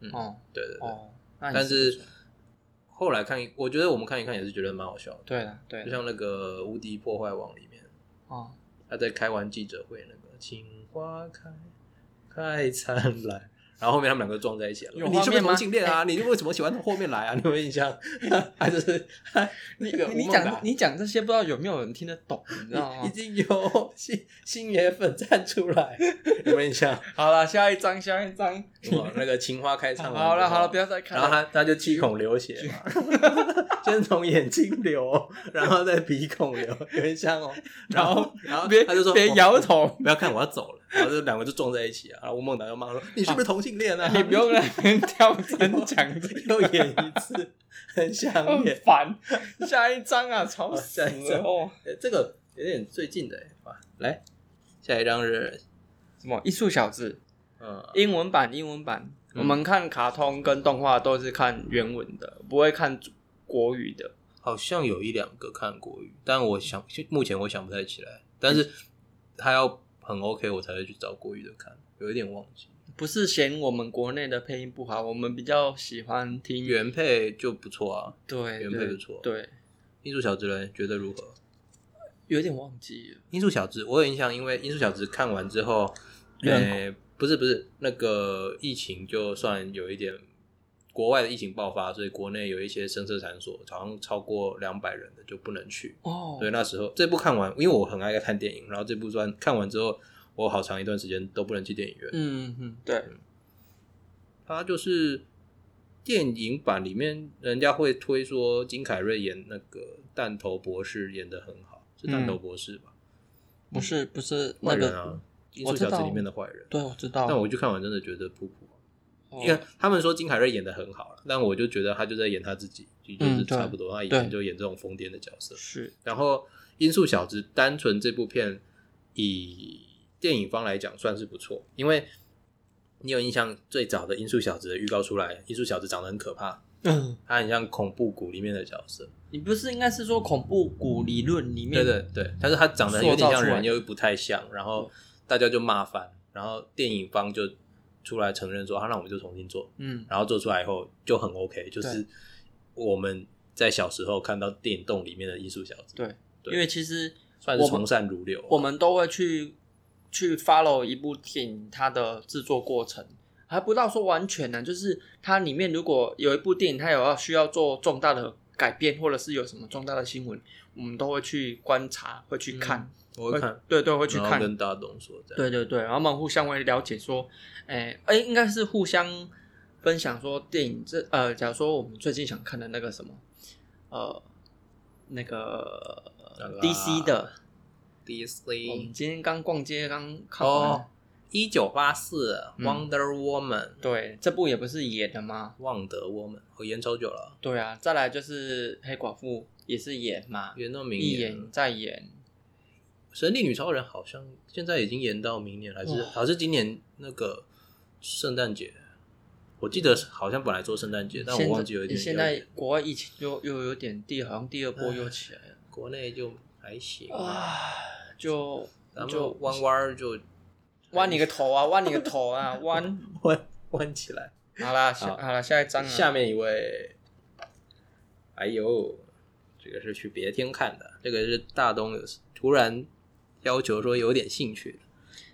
Speaker 1: 嗯
Speaker 2: 哦
Speaker 1: 对对对。
Speaker 2: 哦，那你
Speaker 1: 但
Speaker 2: 不
Speaker 1: 是
Speaker 2: 错
Speaker 1: 后来看，我觉得我们看一看也是觉得蛮好笑的，
Speaker 2: 对了，对
Speaker 1: 就
Speaker 2: 了，
Speaker 1: 像那个《无敌破坏王》里面，
Speaker 2: 哦，
Speaker 1: 他在开完记者会那个“请花开，开灿烂”，然后后面他们两个撞在一起了。
Speaker 2: 有
Speaker 1: 你是不
Speaker 2: 画
Speaker 1: 是
Speaker 2: 面吗
Speaker 1: 同性恋啊？你为什么喜欢从后面来啊？你有没有印象？还是 <laughs> 那个吴
Speaker 2: 你
Speaker 1: 孟
Speaker 2: 讲
Speaker 1: 达？
Speaker 2: 你哦讲这些，不知道有没有人听得懂，你知道
Speaker 1: <laughs> 已
Speaker 2: 吗？
Speaker 1: 经有新新野粉站出来，有没有印象？
Speaker 2: <laughs> 好了，下一张，下一张，
Speaker 1: 哇，那个情花开唱完之后
Speaker 2: 好了好了，不要再看
Speaker 1: 哦然后
Speaker 2: 了，
Speaker 1: 他他就七孔流血
Speaker 2: <laughs>
Speaker 1: 嘛，先从眼睛流，然后再鼻孔流，有点像哦。然后然后
Speaker 2: 别
Speaker 1: 他就说
Speaker 2: 别
Speaker 1: 哦 <laughs>
Speaker 2: 摇头，
Speaker 1: 不要看，我要走了。然后就两个就撞在一起啊。然后吴孟达就骂说：“你是不是同性恋啊？”
Speaker 2: <laughs> 你
Speaker 1: <laughs>
Speaker 2: 不用在那边挑针讲这个，
Speaker 1: 又
Speaker 2: 哦
Speaker 1: 演一次，很想
Speaker 2: 很
Speaker 1: 演。 <laughs>
Speaker 2: 烦。下一张啊，吵死
Speaker 1: 下一
Speaker 2: 了
Speaker 1: 张
Speaker 2: 哦！
Speaker 1: 呃这个有点最近的哎哇来下一张是
Speaker 2: 什么艺术小子，
Speaker 1: 嗯
Speaker 2: 英文版，英文版。
Speaker 1: 嗯
Speaker 2: 我们看卡通跟动画都是看原文的，不会看国语的。
Speaker 1: 好像有一两个看国语，但我想目前我想不太起来，但是他要很 OK 我才会去找国语的看，有一点忘记。
Speaker 2: 不是嫌我们国内的配音不好，我们比较喜欢听
Speaker 1: 原配就不错啊，
Speaker 2: 对
Speaker 1: 原
Speaker 2: 对
Speaker 1: 配不错
Speaker 2: 哎对，
Speaker 1: 音速小子人觉得如何？
Speaker 2: 有点忘记了。
Speaker 1: 音速小子我有印象，因为音速小子看完之后，
Speaker 2: 人
Speaker 1: 呃，不是不是，那个疫情就算有一点。国外的疫情爆发，所以国内有一些声色场所，好像超过两百人的就不能去。
Speaker 2: 哦，
Speaker 1: 对，那时候这部看完，因为我很爱看电影，然后这部算看完之后，我好长一段时间都不能去电影院。
Speaker 2: 嗯嗯，对，
Speaker 1: 它就是电影版里面，人家会推说金凯瑞演那个弹头博士演的很好，是弹头博士吧？
Speaker 2: 不是不是
Speaker 1: 坏
Speaker 2: 嗯那
Speaker 1: 人
Speaker 2: 个
Speaker 1: 啊，，艺术小
Speaker 2: 我知
Speaker 1: 子
Speaker 2: 道
Speaker 1: 里面的坏人。
Speaker 2: 对，我知道。
Speaker 1: 但我去看完真的觉得普普，啊
Speaker 2: 哦
Speaker 1: 因为他们说金凯瑞演的很好了，啊但我就觉得他就在演他自己，就就
Speaker 2: 嗯
Speaker 1: 是
Speaker 2: 对
Speaker 1: 差不多。他以前
Speaker 2: 对
Speaker 1: 就演这种疯癫的角色。
Speaker 2: 是
Speaker 1: 然后《音速小子》单纯这部片以电影方来讲算是不错，因为你有印象最早的《音速小子》的预告出来，《音速小子》长得很可怕，
Speaker 2: 嗯，
Speaker 1: 他很像恐怖谷里面的角色，
Speaker 2: 你不是应该是说恐怖谷理论里
Speaker 1: 对
Speaker 2: 面
Speaker 1: 对对，但是他长得有
Speaker 2: 塑
Speaker 1: 点
Speaker 2: 造
Speaker 1: 像
Speaker 2: 出来
Speaker 1: 人，又不太像，然后大家就骂翻，然后电影方就出来承认说，啊，那我们就重新做，
Speaker 2: 嗯
Speaker 1: 然后做出来以后就很 OK，就是我们在小时候看到电动里面的《音速小子》，
Speaker 2: 对，
Speaker 1: 对
Speaker 2: 因为其实
Speaker 1: 算是
Speaker 2: 我们
Speaker 1: 从善如流啊、
Speaker 2: 我们都会去去 follow 一部电影它的制作过程，还不到说完全呢、就是它里面如果有一部电影它有要需要做重大的改变，或者是有什么重大的新闻，我们都会去观察，会去看，
Speaker 1: 我嗯会看。
Speaker 2: 对对，会去
Speaker 1: 然后
Speaker 2: 看，
Speaker 1: 跟大东说这样。
Speaker 2: 对对对，然后我们互相会了解说，哎、哎、应该是互相分享说电影这呃，假如说我们最近想看的那个什么，呃，那个
Speaker 1: 那个啊
Speaker 2: DC 的，我们
Speaker 1: DC
Speaker 2: 今天刚逛街刚看完，
Speaker 1: 哦，一九八四
Speaker 2: 嗯
Speaker 1: Wonder Woman，
Speaker 2: 对，这部也不是演的吗？
Speaker 1: 旺德 Woman，我演超久了，
Speaker 2: 对啊，再来就是黑寡妇也是演嘛，
Speaker 1: 演到明
Speaker 2: 一
Speaker 1: 年
Speaker 2: 演。再演，
Speaker 1: 神力女超人好像现在已经演到明年，还是
Speaker 2: 哇
Speaker 1: 还是今年那个圣诞节？我记得好像本来做圣诞节，但我
Speaker 2: 现
Speaker 1: 忘
Speaker 2: 在
Speaker 1: 记有一点。
Speaker 2: 现在国外疫情又又有点第，好像第二波又起来了。
Speaker 1: 国内就还行，
Speaker 2: 啊，就
Speaker 1: 咱
Speaker 2: 就
Speaker 1: 们弯弯儿就
Speaker 2: 弯你个头啊，弯你个头啊， <laughs> 弯。
Speaker 1: 弯弯起来。
Speaker 2: 好啦，下
Speaker 1: 好
Speaker 2: 好啦，下一张啊。
Speaker 1: 下面一位，哎呦，这个是去别厅看的，这个是大东有突然要求说有点兴趣的，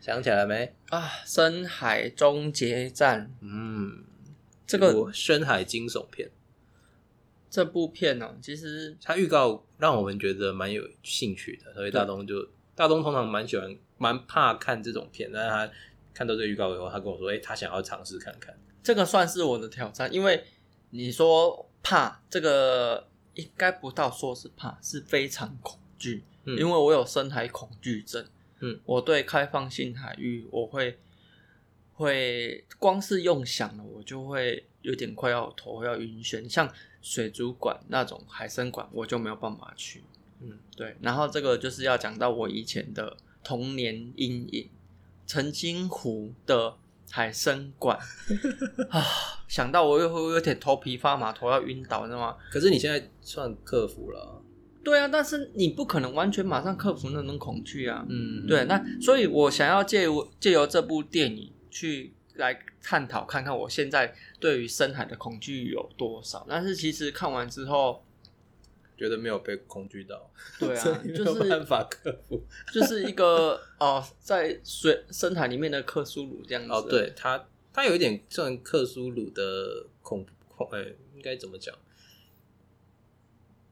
Speaker 1: 想起来没？
Speaker 2: 啊，深海终结战
Speaker 1: 嗯，
Speaker 2: 这个
Speaker 1: 部深海惊悚片，
Speaker 2: 这部片哦，其实
Speaker 1: 它预告让我们觉得蛮有兴趣的，所以大东就大东通常蛮喜欢蛮怕看这种片，但是他看到这个预告以后，他跟我说，哎、他想要尝试看看。
Speaker 2: 这个算是我的挑战，因为你说怕这个应该不到说是怕，是非常恐惧，
Speaker 1: 嗯
Speaker 2: 因为我有深海恐惧症。
Speaker 1: 嗯，
Speaker 2: 我对开放性海域我会会光是用想了，我就会有点快要头要晕眩，像水族馆那种海参馆我就没有办法去。
Speaker 1: 嗯，
Speaker 2: 对，然后这个就是要讲到我以前的童年阴影，澄清湖的海参
Speaker 1: <laughs>
Speaker 2: 馆啊，想到我又会有点头皮发麻，头要晕倒，你知道吗？
Speaker 1: 可是你现在算克服了，
Speaker 2: 对啊，但是你不可能完全马上克服那种恐惧啊。
Speaker 1: 嗯
Speaker 2: 对，，那所以我想要借由借由这部电影去来探讨看看我现在对于深海的恐惧有多少，但是其实看完之后，
Speaker 1: 觉得没有被恐惧到，<laughs>
Speaker 2: 对啊
Speaker 1: 所以，
Speaker 2: 就
Speaker 1: 没有
Speaker 2: 是
Speaker 1: 办法克服。
Speaker 2: 就是一 <laughs> 个哦，在水深海里面的克苏鲁这样子。
Speaker 1: 哦，对，它它有一点像克苏鲁的恐恐，哎、应该怎么讲？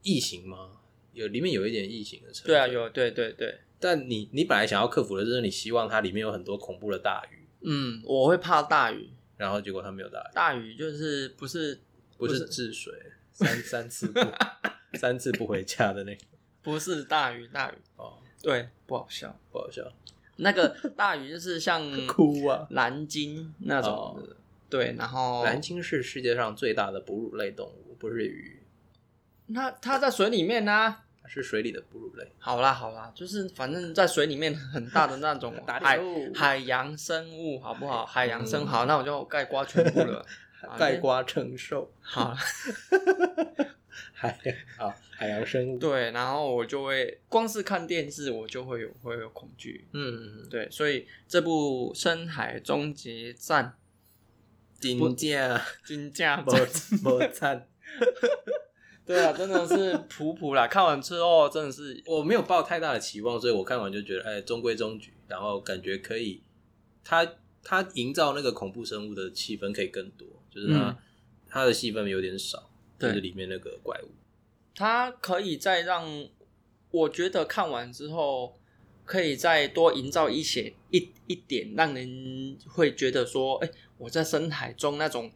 Speaker 1: 异形吗？有里面有一点异形的成分。
Speaker 2: 对啊，。有对对对，
Speaker 1: 但你你本来想要克服的就是你希望它里面有很多恐怖的大鱼，
Speaker 2: 嗯，我会怕大雨，
Speaker 1: 然后结果它没有大鱼，
Speaker 2: 大雨就是不是
Speaker 1: 不
Speaker 2: 是
Speaker 1: 是治水三 <laughs> 三次不三次不回家的那个。
Speaker 2: 不是大雨大雨，
Speaker 1: 哦，
Speaker 2: 对，不好笑。
Speaker 1: 不好笑，
Speaker 2: 那 <laughs> 个大雨就是像
Speaker 1: 哭啊！
Speaker 2: 蓝鲸那种
Speaker 1: 哦
Speaker 2: 的，对，然后
Speaker 1: 蓝鲸是世界上最大的哺乳类动物，不是鱼，
Speaker 2: 那它在水里面呢、
Speaker 1: 它是水里的哺乳类。
Speaker 2: 好啦好啦，就是反正在水里面很大的那种 <laughs>
Speaker 1: 打
Speaker 2: 海
Speaker 1: 猎
Speaker 2: 海洋生物，好不好？海洋生
Speaker 1: 嗯
Speaker 2: 好，那我就盖瓜全部 <laughs> 了。啊
Speaker 1: 盖瓜承受，
Speaker 2: 好，
Speaker 1: 海啊海洋生物。
Speaker 2: 对，然后我就会光是看电视，我就会有会有恐惧。
Speaker 1: 嗯，
Speaker 2: 对，所以这部《深海终结战
Speaker 1: 金价》
Speaker 2: 金价
Speaker 1: 不不赞，
Speaker 2: <laughs> 对啊，真的是普普啦。看完之后真的是
Speaker 1: 我没有抱太大的期望，所以我看完就觉得哎，中规中矩，然后感觉可以，他他营造那个恐怖生物的气氛可以更多，就是他、
Speaker 2: 嗯
Speaker 1: 他的戏份有点少，就
Speaker 2: 对
Speaker 1: 是里面那个怪物，
Speaker 2: 它可以再让我觉得看完之后，可以再多营造一些一一点，让人会觉得说，哎、我在深海中那种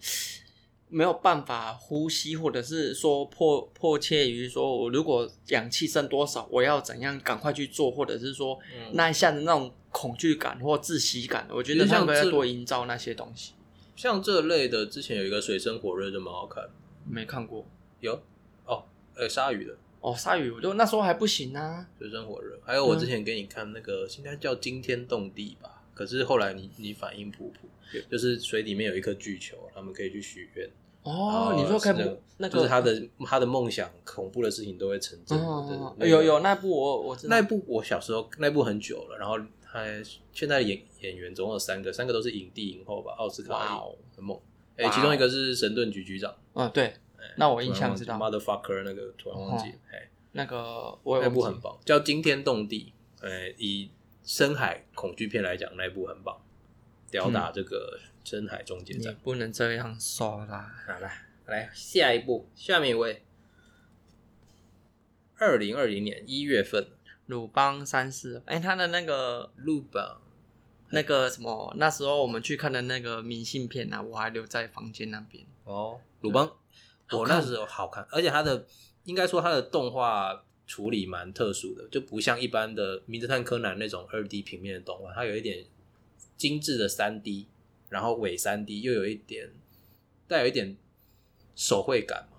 Speaker 2: 没有办法呼吸，或者是说迫迫切于说我如果氧气剩多少，我要怎样赶快去做，或者是说
Speaker 1: 嗯
Speaker 2: 那一下的那种恐惧感或窒息感，我觉
Speaker 1: 其
Speaker 2: 得
Speaker 1: 实
Speaker 2: 他
Speaker 1: 像
Speaker 2: 们要
Speaker 1: 这
Speaker 2: 多营造那些东西。
Speaker 1: 像这类的，之前有一个水深火热就蛮好看，
Speaker 2: 没看过
Speaker 1: 有哦，呃，鲨鱼的
Speaker 2: 哦，鲨鱼，我就那时候还不行啊。
Speaker 1: 水深火热，还有
Speaker 2: 嗯
Speaker 1: 我之前给你看那个，应该叫惊天动地吧。可是后来你你反应普普，就是水里面有一颗巨球，他们可以去许愿，
Speaker 2: 哦
Speaker 1: 哦，
Speaker 2: 你说可以
Speaker 1: 是
Speaker 2: 不
Speaker 1: 那个
Speaker 2: 那个
Speaker 1: 就是他的他的梦想，恐怖的事情都会成真。对
Speaker 2: 哦，
Speaker 1: 对对
Speaker 2: 有有那部我我知道
Speaker 1: 那一部我小时候那一部很久了，然后他现在的演演员总共有三个，三个都是影帝影后吧，奥斯
Speaker 2: 哇
Speaker 1: 卡
Speaker 2: 哦
Speaker 1: 很猛。哎，
Speaker 2: 哇哦
Speaker 1: 其中一个是神盾局局长，
Speaker 2: 啊，对，
Speaker 1: 哎
Speaker 2: 那我印象知道
Speaker 1: 突然忘记 motherfucker 那个突然忘记了，哎，
Speaker 2: 那个我也
Speaker 1: 那
Speaker 2: 忘记
Speaker 1: 部很棒，叫《惊天动地》。呃，以深海恐惧片来讲，那部很棒，吊打这个深海终结
Speaker 2: 嗯你
Speaker 1: 战。
Speaker 2: 不能这样说啦。
Speaker 1: 好啦，来下一部，下面一位，二零二零年一月份，
Speaker 2: 鲁邦三世，哎，他的那个
Speaker 1: 陆吧，
Speaker 2: 那个什么，那时候我们去看的那个明信片啊，我还留在房间那边。
Speaker 1: 哦，鲁邦，我那时候好看，而且它的应该说它的动画处理蛮特殊的，就不像一般的《名侦探柯南》那种二 D 平面的动画，它有一点精致的三 D，然后伪三 D 又有一点带有一点手绘感嘛，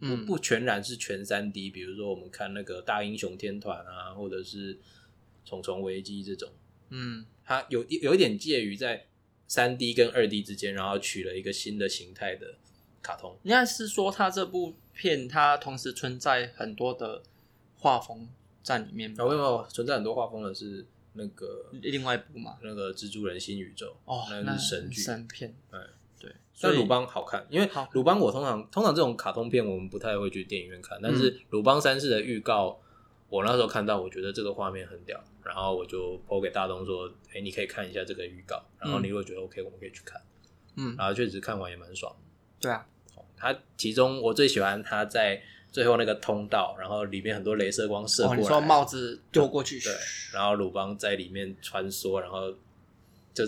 Speaker 2: 嗯，
Speaker 1: 不全然是全三 D，比如说我们看那个《大英雄天团》啊，或者是《虫虫危机》这种，
Speaker 2: 嗯，
Speaker 1: 它有一有一点介于在三 D 跟二 D 之间，然后取了一个新的形态的卡通。
Speaker 2: 应该是说他这部片，它同时存在很多的画风站里面吧
Speaker 1: 哦有没有存在很多画风的是那个
Speaker 2: 另外一部嘛。
Speaker 1: 那个蜘蛛人新宇宙
Speaker 2: 哦，
Speaker 1: 那
Speaker 2: 那
Speaker 1: 是神剧。
Speaker 2: 神片，
Speaker 1: 嗯
Speaker 2: 对，所
Speaker 1: 但
Speaker 2: 以
Speaker 1: 鲁邦好看，因为
Speaker 2: 好
Speaker 1: 鲁邦我通常通常这种卡通片我们不太会去电影院看，但
Speaker 2: 嗯
Speaker 1: 是鲁邦三世的预告，我那时候看到，我觉得这个画面很屌，然后我就 PO 给大东说，哎、你可以看一下这个预告，然后你如果觉得 OK，我们可以去看，
Speaker 2: 嗯，
Speaker 1: 然后确实看完也蛮爽。
Speaker 2: 对啊，
Speaker 1: 他其中我最喜欢他在最后那个通道，然后里面很多镭射光射
Speaker 2: 哦，
Speaker 1: 过来，
Speaker 2: 你说帽子丢过去，
Speaker 1: 对，然后鲁邦在里面穿梭，然后就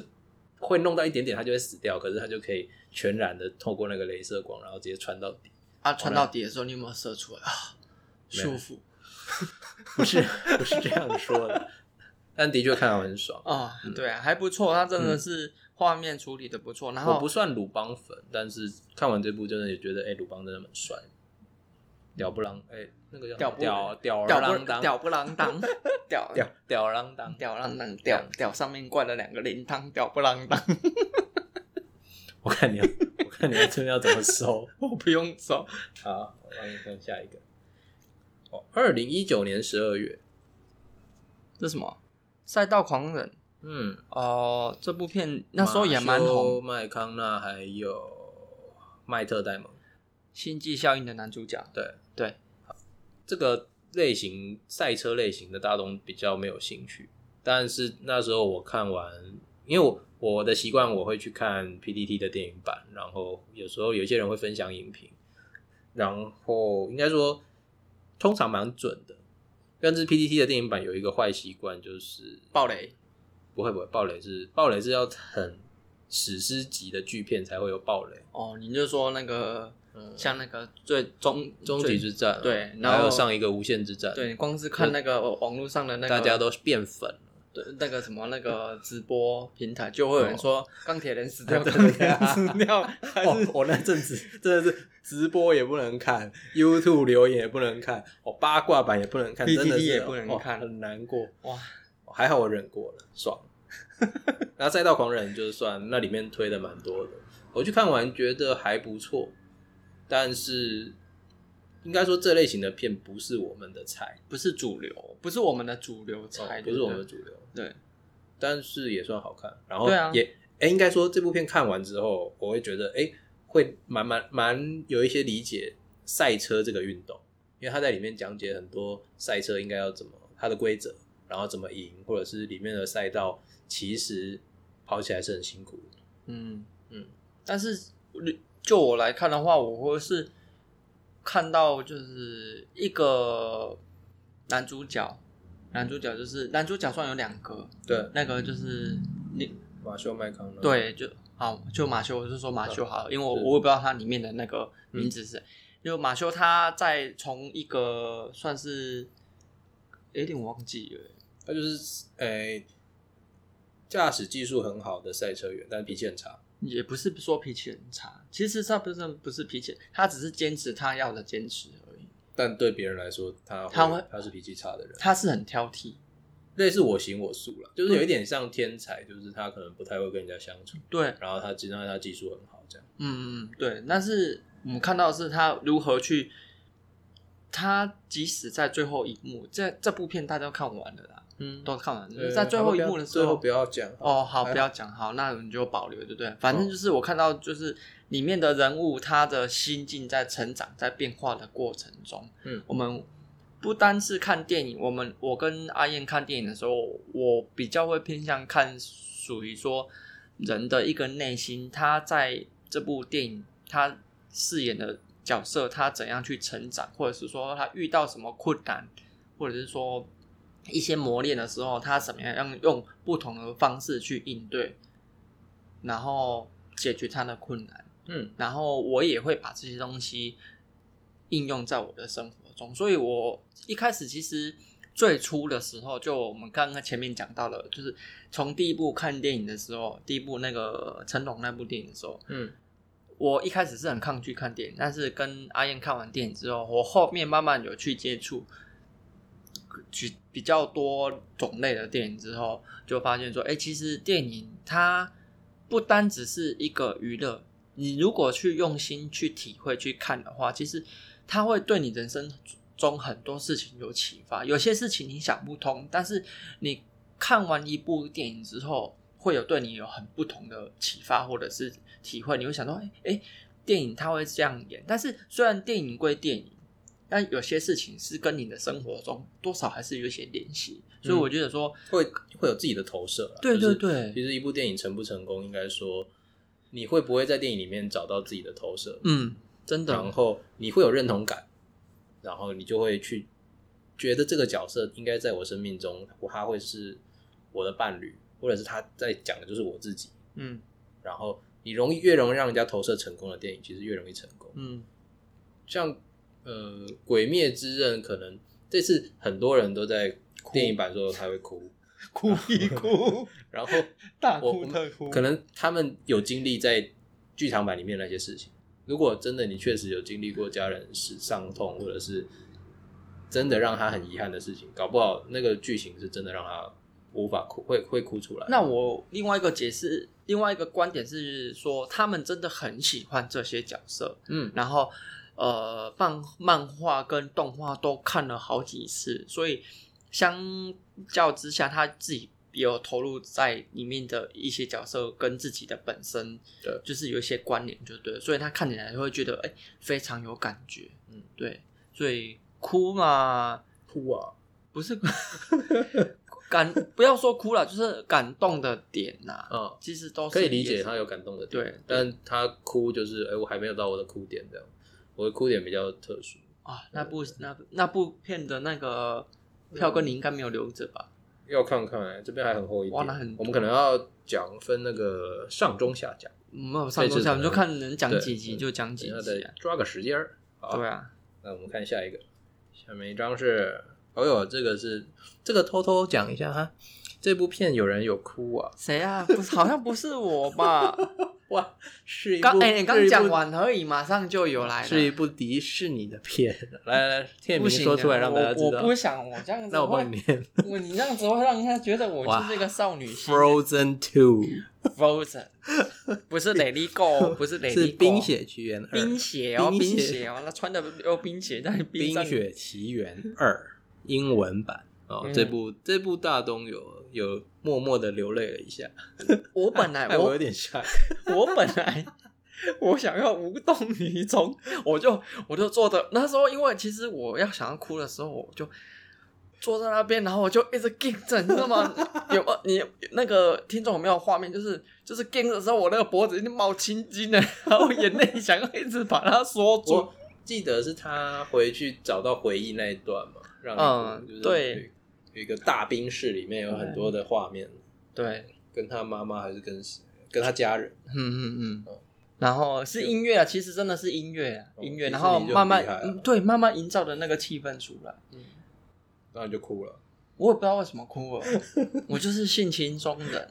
Speaker 1: 会弄到一点点，他就会死掉，可是他就可以全然的透过那个镭射光，然后直接穿到底。
Speaker 2: 啊，穿到底的时候，你有没有射出来啊？
Speaker 1: 没有
Speaker 2: 舒服
Speaker 1: 不是不是这样说的， <laughs> 但的确看到很爽。
Speaker 2: 啊，对啊，还不错，它真的是画面处理的不错，然
Speaker 1: 嗯我
Speaker 2: 后
Speaker 1: 不算鲁邦粉，但是看完这部真的也觉得，哎、鲁邦真的蛮帅，吊不郎，哎、那个叫
Speaker 2: 吊
Speaker 1: 什
Speaker 2: 不
Speaker 1: 么吊吊
Speaker 2: 吊
Speaker 1: 郎
Speaker 2: 不
Speaker 1: 当，
Speaker 2: 吊不
Speaker 1: <laughs>
Speaker 2: 郎当，吊
Speaker 1: 吊嗯吊郎当。
Speaker 2: 吊郎当，吊吊上面灌了两个铃铛，吊不郎当，
Speaker 1: <laughs>
Speaker 2: <laughs>
Speaker 1: 我看你要，我看你要这边要怎么收。
Speaker 2: 我不用说，
Speaker 1: <laughs> 好，我帮你看下一个。哦，二零一九年十二月，
Speaker 2: 这什么赛道狂人
Speaker 1: 嗯，
Speaker 2: 哦，这部片那时候也蛮红，。
Speaker 1: 麦康纳还有麦特戴蒙，
Speaker 2: 星际效应的男主角，
Speaker 1: 对
Speaker 2: 对，
Speaker 1: 这个类型赛车类型的大东比较没有兴趣。但是那时候我看完，因为我我的习惯我会去看 PPT 的电影版，然后有时候有一些人会分享影评，然后应该说通常蛮准的。但是 PPT 的电影版有一个坏习惯，就是
Speaker 2: 暴雷，
Speaker 1: 不会不会，暴雷是暴雷是要很史诗级的剧片才会有暴雷。
Speaker 2: 哦，你就说那个
Speaker 1: 嗯，
Speaker 2: 像那个最终
Speaker 1: 终极之战啊、
Speaker 2: 对然后
Speaker 1: 还有上一个无限之战，
Speaker 2: 对，你光是看那个网络上的那个，
Speaker 1: 大家都变粉了。
Speaker 2: 对那个什么那个直播平台，就会有人说钢铁人死掉，
Speaker 1: 哦 <laughs> 对啊
Speaker 2: 钢铁人死掉，还是
Speaker 1: 哦我那阵子真的是直播也不能看，YouTube 留言也不能看，哦，八卦版也不能看
Speaker 2: PTT
Speaker 1: 真的是
Speaker 2: 也不能看
Speaker 1: 哦很难过。哦
Speaker 2: 哇，
Speaker 1: 还好我忍过了，爽。 <laughs> 然后赛道狂人就是算那里面推的蛮多的，我去看完觉得还不错，但是应该说这类型的片不是我们的菜，
Speaker 2: 不是主流，不是我们的主流
Speaker 1: 哦
Speaker 2: 才，
Speaker 1: 不是我们的主流。
Speaker 2: 对，
Speaker 1: 但是也算好看。然后
Speaker 2: 对啊
Speaker 1: 也哎、应该说这部片看完之后，我会觉得哎、会蛮蛮蛮有一些理解赛车这个运动，因为他在里面讲解很多赛车应该要怎么它的规则，然后怎么赢，或者是里面的赛道其实跑起来是很辛苦的。
Speaker 2: 嗯
Speaker 1: 嗯
Speaker 2: 嗯，但是就我来看的话，我会是看到就是一个男主角，男主角就是男主角，算有两个，
Speaker 1: 对，
Speaker 2: 那个就是你
Speaker 1: 马修麦康纳，
Speaker 2: 对，就好，就马修，我就说马修好了，因为我
Speaker 1: 嗯是嗯
Speaker 2: 我也不知道他里面的那个名字是谁。就马修他在从一个算是有点忘记了，
Speaker 1: 他就是哎驾驶技术很好的赛车员，但脾气很差。
Speaker 2: 也不是说脾气很差，其实他不是不是脾气，他只是坚持他要的坚持而已。
Speaker 1: 但对别人来说，他
Speaker 2: 他会
Speaker 1: 哦他是脾气差的人，
Speaker 2: 他是很挑剔，
Speaker 1: 类似我行我素了，就是有
Speaker 2: 嗯
Speaker 1: 一点像天才，就是他可能不太会跟人家相处，
Speaker 2: 对，
Speaker 1: 然后他知道他技术很好，这样
Speaker 2: 嗯嗯对。但是我们看到的是他如何去，他即使在最后一幕，这这部片大家都看完了啦，
Speaker 1: 嗯
Speaker 2: 都看完
Speaker 1: 呃
Speaker 2: 了，在最后一幕的时
Speaker 1: 最后
Speaker 2: 候
Speaker 1: 不。要讲
Speaker 2: 哦，好，
Speaker 1: 还好
Speaker 2: 不要讲，好，那你就保留，对不对？反正就是我看到，就是里面的人物他的心境在成长、在变化的过程中，
Speaker 1: 嗯
Speaker 2: 我们不单是看电影，我们我跟阿燕看电影的时候，我比较会偏向看属于说人的一个内心，他在这部电影他饰演的角色，他怎样去成长，或者是说他遇到什么困难，或者是说一些磨练的时候，他怎么样用不同的方式去应对，然后解决他的困难。
Speaker 1: 嗯
Speaker 2: 然后我也会把这些东西应用在我的生活中，所以我一开始其实最初的时候，就我们刚刚前面讲到了，就是从第一部看电影的时候，第一部那个成龙那部电影的时候，
Speaker 1: 嗯
Speaker 2: 我一开始是很抗拒看电影，但是跟阿燕看完电影之后，我后面慢慢有去接触，去比较多种类的电影之后，就发现说，哎、其实电影它不单只是一个娱乐，你如果去用心去体会去看的话，其实它会对你人生中很多事情有启发，有些事情你想不通，但是你看完一部电影之后，会有对你有很不同的启发或者是体会，你会想到，哎、诶电影它会这样演，但是虽然电影归电影，但有些事情是跟你的生活中多少还是有一些联系，所
Speaker 1: 嗯
Speaker 2: 以我觉得说，
Speaker 1: 会会有自己的投射啦。
Speaker 2: 对
Speaker 1: 就
Speaker 2: 对
Speaker 1: 是
Speaker 2: 对，
Speaker 1: 其实一部电影成不成功，应该说你会不会在电影里面找到自己的投射，
Speaker 2: 嗯，真的，
Speaker 1: 然后你会有认同感，然后你就会去觉得这个角色应该在我生命中，他会是我的伴侣，或者是他在讲的就是我自己。
Speaker 2: 嗯
Speaker 1: 然后你容易越容易让人家投射成功的电影，其实越容易成功。
Speaker 2: 嗯
Speaker 1: 像呃，《鬼灭之刃》可能这次很多人都在电影版说他会哭，
Speaker 2: 哭一 <laughs> 哭，
Speaker 1: 然后
Speaker 2: 大
Speaker 1: 我
Speaker 2: 哭特哭，
Speaker 1: 可能他们有经历在剧场版里面那些事情。如果真的你确实有经历过家人是伤痛，或者是真的让他很遗憾的事情，搞不好那个剧情是真的让他无法哭，会会哭出来。
Speaker 2: 那我另外一个解释，另外一个观点是说，他们真的很喜欢这些角色，
Speaker 1: 嗯，
Speaker 2: 然后呃，漫漫画跟动画都看了好几次，所以相较之下，他自己也有投入在里面的一些角色跟自己的本身，
Speaker 1: 对
Speaker 2: 就是有一些关联，就对了，所以他看起来会觉得哎、非常有感觉，
Speaker 1: 嗯，
Speaker 2: 对，所以哭嘛，
Speaker 1: 哭啊，
Speaker 2: 不是感，不要说哭了，就是感动的点呐、
Speaker 1: 嗯，
Speaker 2: 其实都是
Speaker 1: 可以理解
Speaker 2: 也
Speaker 1: 他有感动的点，
Speaker 2: 对
Speaker 1: 但他哭就是哎、我还没有到我的哭点这样，我的哭点比较特殊。
Speaker 2: 啊。那部那部那部片的那个票根你应该没有留着吧？
Speaker 1: 要看看、哎这边还很厚一点，
Speaker 2: 哇那很
Speaker 1: 我们可能要讲分那个上中下讲，
Speaker 2: 嗯没有上中
Speaker 1: 这次
Speaker 2: 下，
Speaker 1: 可
Speaker 2: 我们就
Speaker 1: 能
Speaker 2: 看能讲
Speaker 1: 对
Speaker 2: 几集
Speaker 1: 嗯
Speaker 2: 就讲几
Speaker 1: 要
Speaker 2: 集
Speaker 1: 再
Speaker 2: 啊。
Speaker 1: 抓个时间儿。好
Speaker 2: 对啊，
Speaker 1: 那我们看下一个，下面一张是，哦哟，这个是这个偷偷讲一下哈，这部片有人有哭啊，
Speaker 2: 谁啊？不 <laughs> 是，好像不是我吧？
Speaker 1: 哇，是一
Speaker 2: <laughs> 刚
Speaker 1: 部
Speaker 2: 哎，你
Speaker 1: 是
Speaker 2: 刚
Speaker 1: 一部
Speaker 2: 讲完而已，马上就有来了。
Speaker 1: 是一部迪士尼的片，啊来来来，天
Speaker 2: 不
Speaker 1: 明
Speaker 2: 行啊，
Speaker 1: 说出来让大家知
Speaker 2: 我
Speaker 1: 道
Speaker 2: 我。不想，我这样子会，
Speaker 1: 那我帮你念
Speaker 2: 我你这样子会让人家觉得我
Speaker 1: 哇
Speaker 2: 就是一个少女心。
Speaker 1: Frozen
Speaker 2: <laughs>
Speaker 1: Two，
Speaker 2: Frozen，不是 Let It <laughs> Go，不哦是 Let It Go，
Speaker 1: 是《冰雪奇缘二》。
Speaker 2: 冰雪哦，
Speaker 1: 冰
Speaker 2: 冰
Speaker 1: 雪
Speaker 2: 雪哦，那穿的溜冰鞋在
Speaker 1: 《
Speaker 2: 冰
Speaker 1: 冰
Speaker 2: 上，
Speaker 1: 雪奇缘二》英文版哦，
Speaker 2: 嗯
Speaker 1: 这部这部大东有有默默的流泪了一下，哎
Speaker 2: 我本 <laughs> 来
Speaker 1: 害我有
Speaker 2: 哎我
Speaker 1: 点 <laughs> 吓。
Speaker 2: 我本来 <laughs> 我想要无动于衷，我就我就坐的那时候，因为其实我要想要哭的时候，我就坐在那边，然后我就一直盯着，你知道吗？有没有 <laughs> 你那个听众有没有画面？就是就是盯的时候，我那个脖子已经冒青筋了，然后眼泪想要一直把它缩住
Speaker 1: 我。记得是他回去找到回忆那一段嘛，让
Speaker 2: 嗯
Speaker 1: 你就是
Speaker 2: 对
Speaker 1: 有一个大冰室里面有很多的画面，
Speaker 2: 对，
Speaker 1: 跟他妈妈还是跟谁跟他家人，
Speaker 2: 嗯嗯嗯
Speaker 1: 嗯，
Speaker 2: 然后是音乐啊，其实真的是音乐啊，
Speaker 1: 哦
Speaker 2: 音乐，
Speaker 1: 迪士
Speaker 2: 然
Speaker 1: 尼
Speaker 2: 后
Speaker 1: 就很
Speaker 2: 慢慢
Speaker 1: 厉害啊
Speaker 2: 嗯对慢慢营造的那个气氛出来。
Speaker 1: 然后就哭了。
Speaker 2: 我也不知道为什么哭了，
Speaker 1: <laughs>
Speaker 2: 我就是性情中人，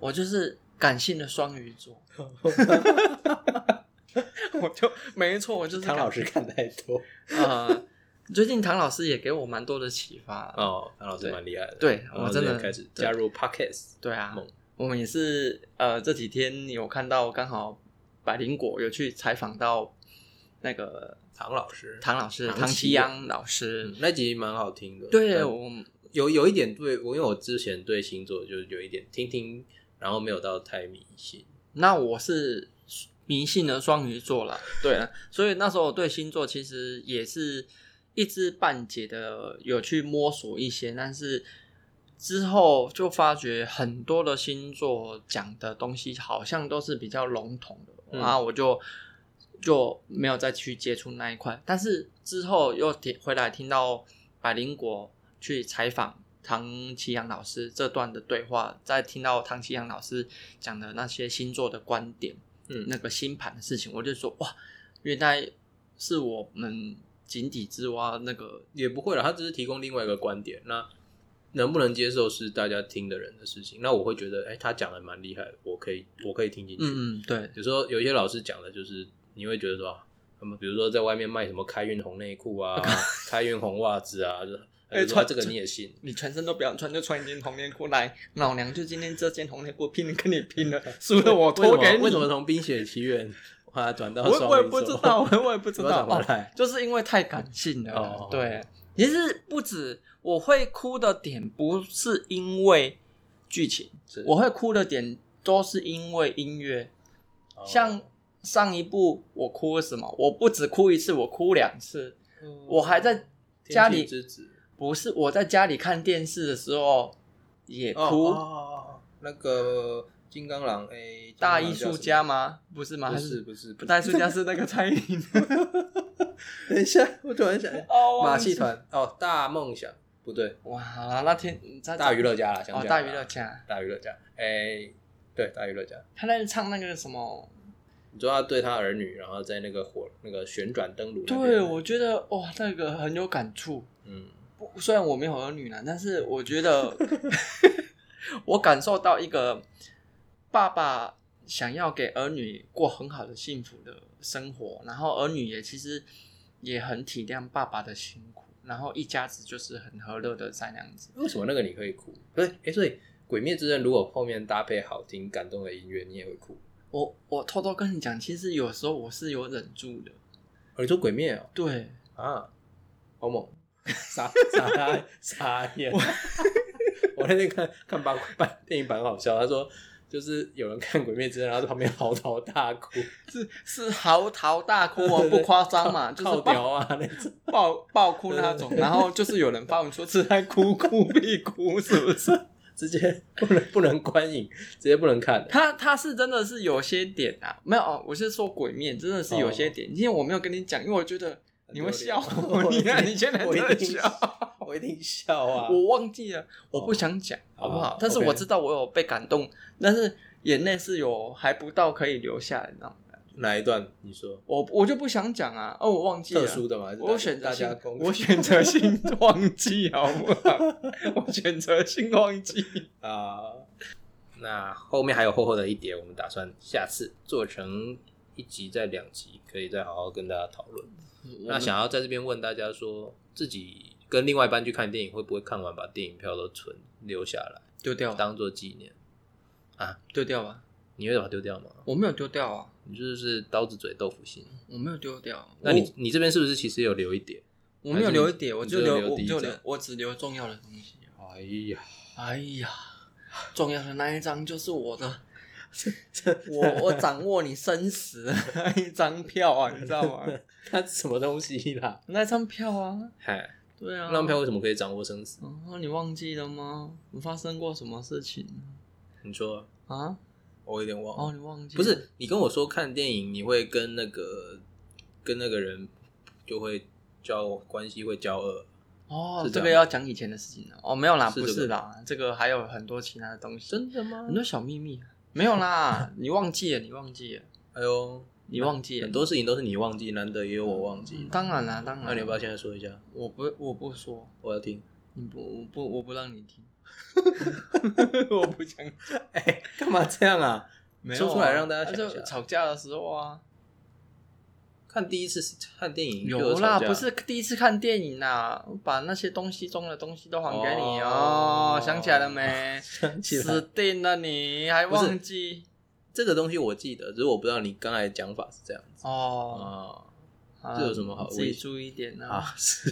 Speaker 2: 我就是感性的双鱼
Speaker 1: <laughs>
Speaker 2: 座。我就没错，我就是
Speaker 1: 唐老
Speaker 2: 师。
Speaker 1: 师看太多
Speaker 2: 呃，最近唐老师也给我蛮多的启发。
Speaker 1: 哦，唐老师蛮厉害的，
Speaker 2: 对
Speaker 1: 然后
Speaker 2: 我真的
Speaker 1: 就开始
Speaker 2: 对
Speaker 1: 加入 Pockets，
Speaker 2: 对啊
Speaker 1: 猛，
Speaker 2: 我们也是呃这几天有看到，刚好百灵果有去采访到那个
Speaker 1: 呃唐老师，
Speaker 2: 唐老师，
Speaker 1: 唐
Speaker 2: 唐
Speaker 1: 奇
Speaker 2: 奇
Speaker 1: 阳
Speaker 2: 阳老师
Speaker 1: 嗯。那集蛮好听的，
Speaker 2: 对
Speaker 1: 但
Speaker 2: 我们
Speaker 1: 有有一点对我，因为我之前对星座就是有一点听听，然后没有到太迷信。
Speaker 2: 那我是迷信的双鱼座啦，对啊，所以那时候我对星座其实也是一知半解的，有去摸索一些，但是之后就发觉很多的星座讲的东西好像都是比较笼统的，
Speaker 1: 嗯
Speaker 2: 然后我就就没有再去接触那一块。但是之后又听回来听到百灵果去采访唐奇阳老师这段的对话，再听到唐奇阳老师讲的那些星座的观点，
Speaker 1: 嗯
Speaker 2: 那个星盘的事情，我就说哇，原来是我们井底之蛙那个
Speaker 1: 也不会了，他只是提供另外一个观点。那能不能接受是大家听的人的事情。那我会觉得，哎、他讲的蛮厉害的，我可以，我可以听进去。
Speaker 2: 嗯嗯，对，
Speaker 1: 有时候有一些老师讲的，就是你会觉得说，啊他们比如说在外面卖什么开运红内裤啊、开运红袜子啊，就是
Speaker 2: <laughs> 哎
Speaker 1: 哎，
Speaker 2: 穿
Speaker 1: 穿这个你也信？
Speaker 2: 你全身都不要穿，就穿一件红内裤来，
Speaker 1: <laughs>
Speaker 2: 老娘就今天这件红内裤拼了跟你拼了，输了我
Speaker 1: 为什
Speaker 2: 脱
Speaker 1: 么
Speaker 2: 给你。
Speaker 1: 为什么从《冰雪奇缘》把它转到
Speaker 2: 我也我
Speaker 1: <laughs> 双
Speaker 2: 也
Speaker 1: 鱼
Speaker 2: 不
Speaker 1: 座
Speaker 2: 知道，我也不知
Speaker 1: 不知道
Speaker 2: 道
Speaker 1: 怎么
Speaker 2: 哦
Speaker 1: 来
Speaker 2: <laughs> 就是因为太感性了。
Speaker 1: 哦
Speaker 2: 对，其实不止我会哭的点，不是因为剧情，
Speaker 1: 是
Speaker 2: 我会哭的点都是因为音乐。
Speaker 1: 哦
Speaker 2: 像上一部我哭了什么？我不止哭一次，我哭两次。我还在
Speaker 1: 天
Speaker 2: 家
Speaker 1: 气
Speaker 2: 里
Speaker 1: 之子
Speaker 2: 不是我在家里看电视的时候也哭。
Speaker 1: 哦哦哦哦那个金刚狼哎 A
Speaker 2: 大艺术家？吗？不是吗？
Speaker 1: 不
Speaker 2: 还
Speaker 1: 是不是不是，
Speaker 2: 大艺术家是那个蔡依林
Speaker 1: <laughs> 等一下，我突然想，
Speaker 2: 哦
Speaker 1: 马戏团哦，大梦想不对，
Speaker 2: 哇，好啦，那天你在
Speaker 1: 大娱乐家啦，想
Speaker 2: 哦，
Speaker 1: 起
Speaker 2: 大
Speaker 1: 来
Speaker 2: 娱
Speaker 1: 了
Speaker 2: 乐家，
Speaker 1: 大娱乐家，哎，对，大娱乐家。
Speaker 2: 他在唱那个什么？
Speaker 1: 你说他对他儿女，然后在那个火那个旋转灯笼那边，
Speaker 2: 对，我觉得哇，那个很有感触。
Speaker 1: 嗯，
Speaker 2: 不虽然我没有儿女啦，但是我
Speaker 1: <laughs>
Speaker 2: 觉得我感受到一个爸爸想要给儿女过很好的幸福的生活，然后儿女也其实也很体谅爸爸的辛苦，然后一家子就是很和乐的在那样子。
Speaker 1: 为什么那个你可以哭？不是，哎，所以《鬼灭之刃》如果后面搭配好听感动的音乐，你也会哭。
Speaker 2: 我我偷偷跟你讲，其实有时候我是有忍住的。
Speaker 1: 哦，你说《鬼灭》哦，
Speaker 2: 对，
Speaker 1: 啊，好
Speaker 2: <laughs>
Speaker 1: 猛，傻傻傻眼。 <laughs> 我那天看看版版电影版好笑，他说就是有人看《鬼灭之刃》，然后在旁边嚎啕大哭，
Speaker 2: 是是嚎啕大哭
Speaker 1: 对
Speaker 2: 哦，
Speaker 1: 对对
Speaker 2: 不夸张嘛，就是
Speaker 1: 靠
Speaker 2: 爆
Speaker 1: 屌啊那种。
Speaker 2: 爆爆哭那种。然后就是有人发文说是在哭哭必哭，是不是？
Speaker 1: 直接不能不能观影，直接不能看的。
Speaker 2: 他他是真的是有些点啊，没有哦，我是说鬼面真的是有些点，因为我没有跟你讲，因为我觉得你
Speaker 1: <laughs>
Speaker 2: 会笑
Speaker 1: 哦很
Speaker 2: 我
Speaker 1: 丢，脸
Speaker 2: 你看你现
Speaker 1: <laughs>
Speaker 2: 在
Speaker 1: 我一
Speaker 2: 真的
Speaker 1: 定
Speaker 2: 笑，
Speaker 1: 我一定笑啊！
Speaker 2: <laughs> 我忘记了，我不想讲，好不
Speaker 1: 好啊
Speaker 2: 好？但是
Speaker 1: OK
Speaker 2: 我知道我有被感动，但是眼泪是有还不到可以流下来那种。
Speaker 1: 哪一段？你说
Speaker 2: 我我就不想讲啊，哦，我忘记了
Speaker 1: 特。殊的吗？还是
Speaker 2: 我
Speaker 1: 大
Speaker 2: 选择
Speaker 1: 大
Speaker 2: 性
Speaker 1: 家公，
Speaker 2: 我选择性忘记，好不好？ <laughs> 我选择性忘记。
Speaker 1: 啊、那后面还有厚厚的一叠，我们打算下次做成一集再两集，可以再好好跟大家讨论。那想要在这边问大家说，自己跟另外一班去看电影，会不会看完把电影票都存留下来，
Speaker 2: 丢掉吧，
Speaker 1: 当做纪念？
Speaker 2: 丢掉吧，
Speaker 1: 你会把它丢掉吗？
Speaker 2: 我没有丢掉啊，
Speaker 1: 你就是刀子嘴豆腐心。
Speaker 2: 我没有丢掉。
Speaker 1: 那你你这边是不是其实有留一叠？
Speaker 2: 我没有留一点，我就
Speaker 1: 你只有
Speaker 2: 留
Speaker 1: 留
Speaker 2: 我
Speaker 1: 第一
Speaker 2: 就
Speaker 1: 张
Speaker 2: 留我只留重要的东西。
Speaker 1: 哎 <laughs> 呀，
Speaker 2: 哎呀，重要的那一张就是我的，我我掌握你生死的那一张票啊，你知道吗？
Speaker 1: <laughs> 他什么东西啦？
Speaker 2: 那张票啊，
Speaker 1: 嗨，
Speaker 2: 对啊，
Speaker 1: 那张票。为什么可以掌握生死？
Speaker 2: 然后你忘记了吗？你发生过什么事情
Speaker 1: 你说，
Speaker 2: 啊？
Speaker 1: 我有点忘了。
Speaker 2: 哦，你忘记了
Speaker 1: 不是你跟我说看电影，你会跟那个跟那个人就会交关系会交恶，
Speaker 2: 哦，
Speaker 1: 是这
Speaker 2: 这
Speaker 1: 样
Speaker 2: 个要讲以前的事情了。哦，没有啦，
Speaker 1: 是
Speaker 2: 不
Speaker 1: 这个
Speaker 2: 是啦，这个还有很多其他的东西，
Speaker 1: 的吗
Speaker 2: 很多小秘密。啊没有
Speaker 1: <laughs>
Speaker 2: 啦，你忘记了，你忘记了，
Speaker 1: 哎呦，
Speaker 2: 你忘记了嗯
Speaker 1: 很。多事情都是你忘记，难得也有我忘记。
Speaker 2: 当然啦，当然。
Speaker 1: 那你要不要现在说一下？
Speaker 2: 我不，我不说，
Speaker 1: 我要听。
Speaker 2: 你嗯不，我不，我不让你听， <laughs> 我不想讲，
Speaker 1: <laughs> 哎，干嘛这样啊？
Speaker 2: 没
Speaker 1: 说出来让大家想一下
Speaker 2: 就吵架的时候啊，
Speaker 1: 看第一次是看电影就
Speaker 2: 有
Speaker 1: 吵
Speaker 2: 啦，
Speaker 1: 架
Speaker 2: 不是第一次看电影啦，我把那些东西中的东西都还给你
Speaker 1: 哦？
Speaker 2: 哦，想起来了没
Speaker 1: <laughs> 想起
Speaker 2: 死
Speaker 1: 来
Speaker 2: 定了你，还
Speaker 1: 不是
Speaker 2: 忘记
Speaker 1: 这个东西我记得，只是我不知道你刚才讲法是这样子
Speaker 2: 哦？
Speaker 1: 啊
Speaker 2: 啊
Speaker 1: 这有什么好
Speaker 2: 自己
Speaker 1: 危
Speaker 2: 注意一点啊！
Speaker 1: 啊
Speaker 2: <laughs>
Speaker 1: 是。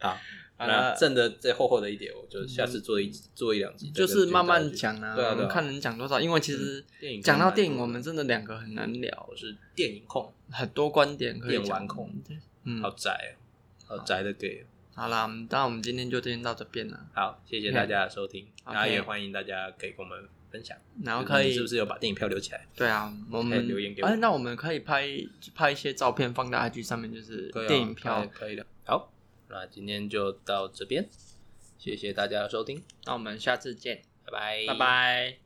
Speaker 1: 好，
Speaker 2: 好
Speaker 1: 那
Speaker 2: 啦
Speaker 1: 剩的再厚厚的一点，我就下次做一做一两集，
Speaker 2: 就是慢慢讲啊，
Speaker 1: 对啊，嗯
Speaker 2: 我
Speaker 1: 对
Speaker 2: 们
Speaker 1: 啊
Speaker 2: 看能讲多少，因为其实
Speaker 1: 电影
Speaker 2: 讲到
Speaker 1: 真
Speaker 2: 电影，
Speaker 1: 的
Speaker 2: 我
Speaker 1: 蛮多的
Speaker 2: 们真的两个很难聊，
Speaker 1: 我是电影控，
Speaker 2: 很多观点可以
Speaker 1: 电
Speaker 2: 讲
Speaker 1: 玩控，
Speaker 2: 嗯，
Speaker 1: 好宅哦，好宅的 gay 哦。
Speaker 2: 好啦，那我们今天就先到这边了，
Speaker 1: 好，谢谢大家的收听，
Speaker 2: 嗯
Speaker 1: 然后
Speaker 2: OK
Speaker 1: 也欢迎大家可以跟我们分享，
Speaker 2: 然后
Speaker 1: 就是
Speaker 2: 可
Speaker 1: 你
Speaker 2: 以
Speaker 1: 是不是有把电影票留起来？
Speaker 2: 对啊，我
Speaker 1: 可以
Speaker 2: 们
Speaker 1: 留言给我
Speaker 2: 哎，那我们可以拍拍一些照片放到 IG 上面，就是
Speaker 1: 可以啊
Speaker 2: 电影票。
Speaker 1: 可以可以的。好，那今天就到这边，谢谢大家的收听，
Speaker 2: 那我们下次见，
Speaker 1: 拜拜，
Speaker 2: 拜。拜。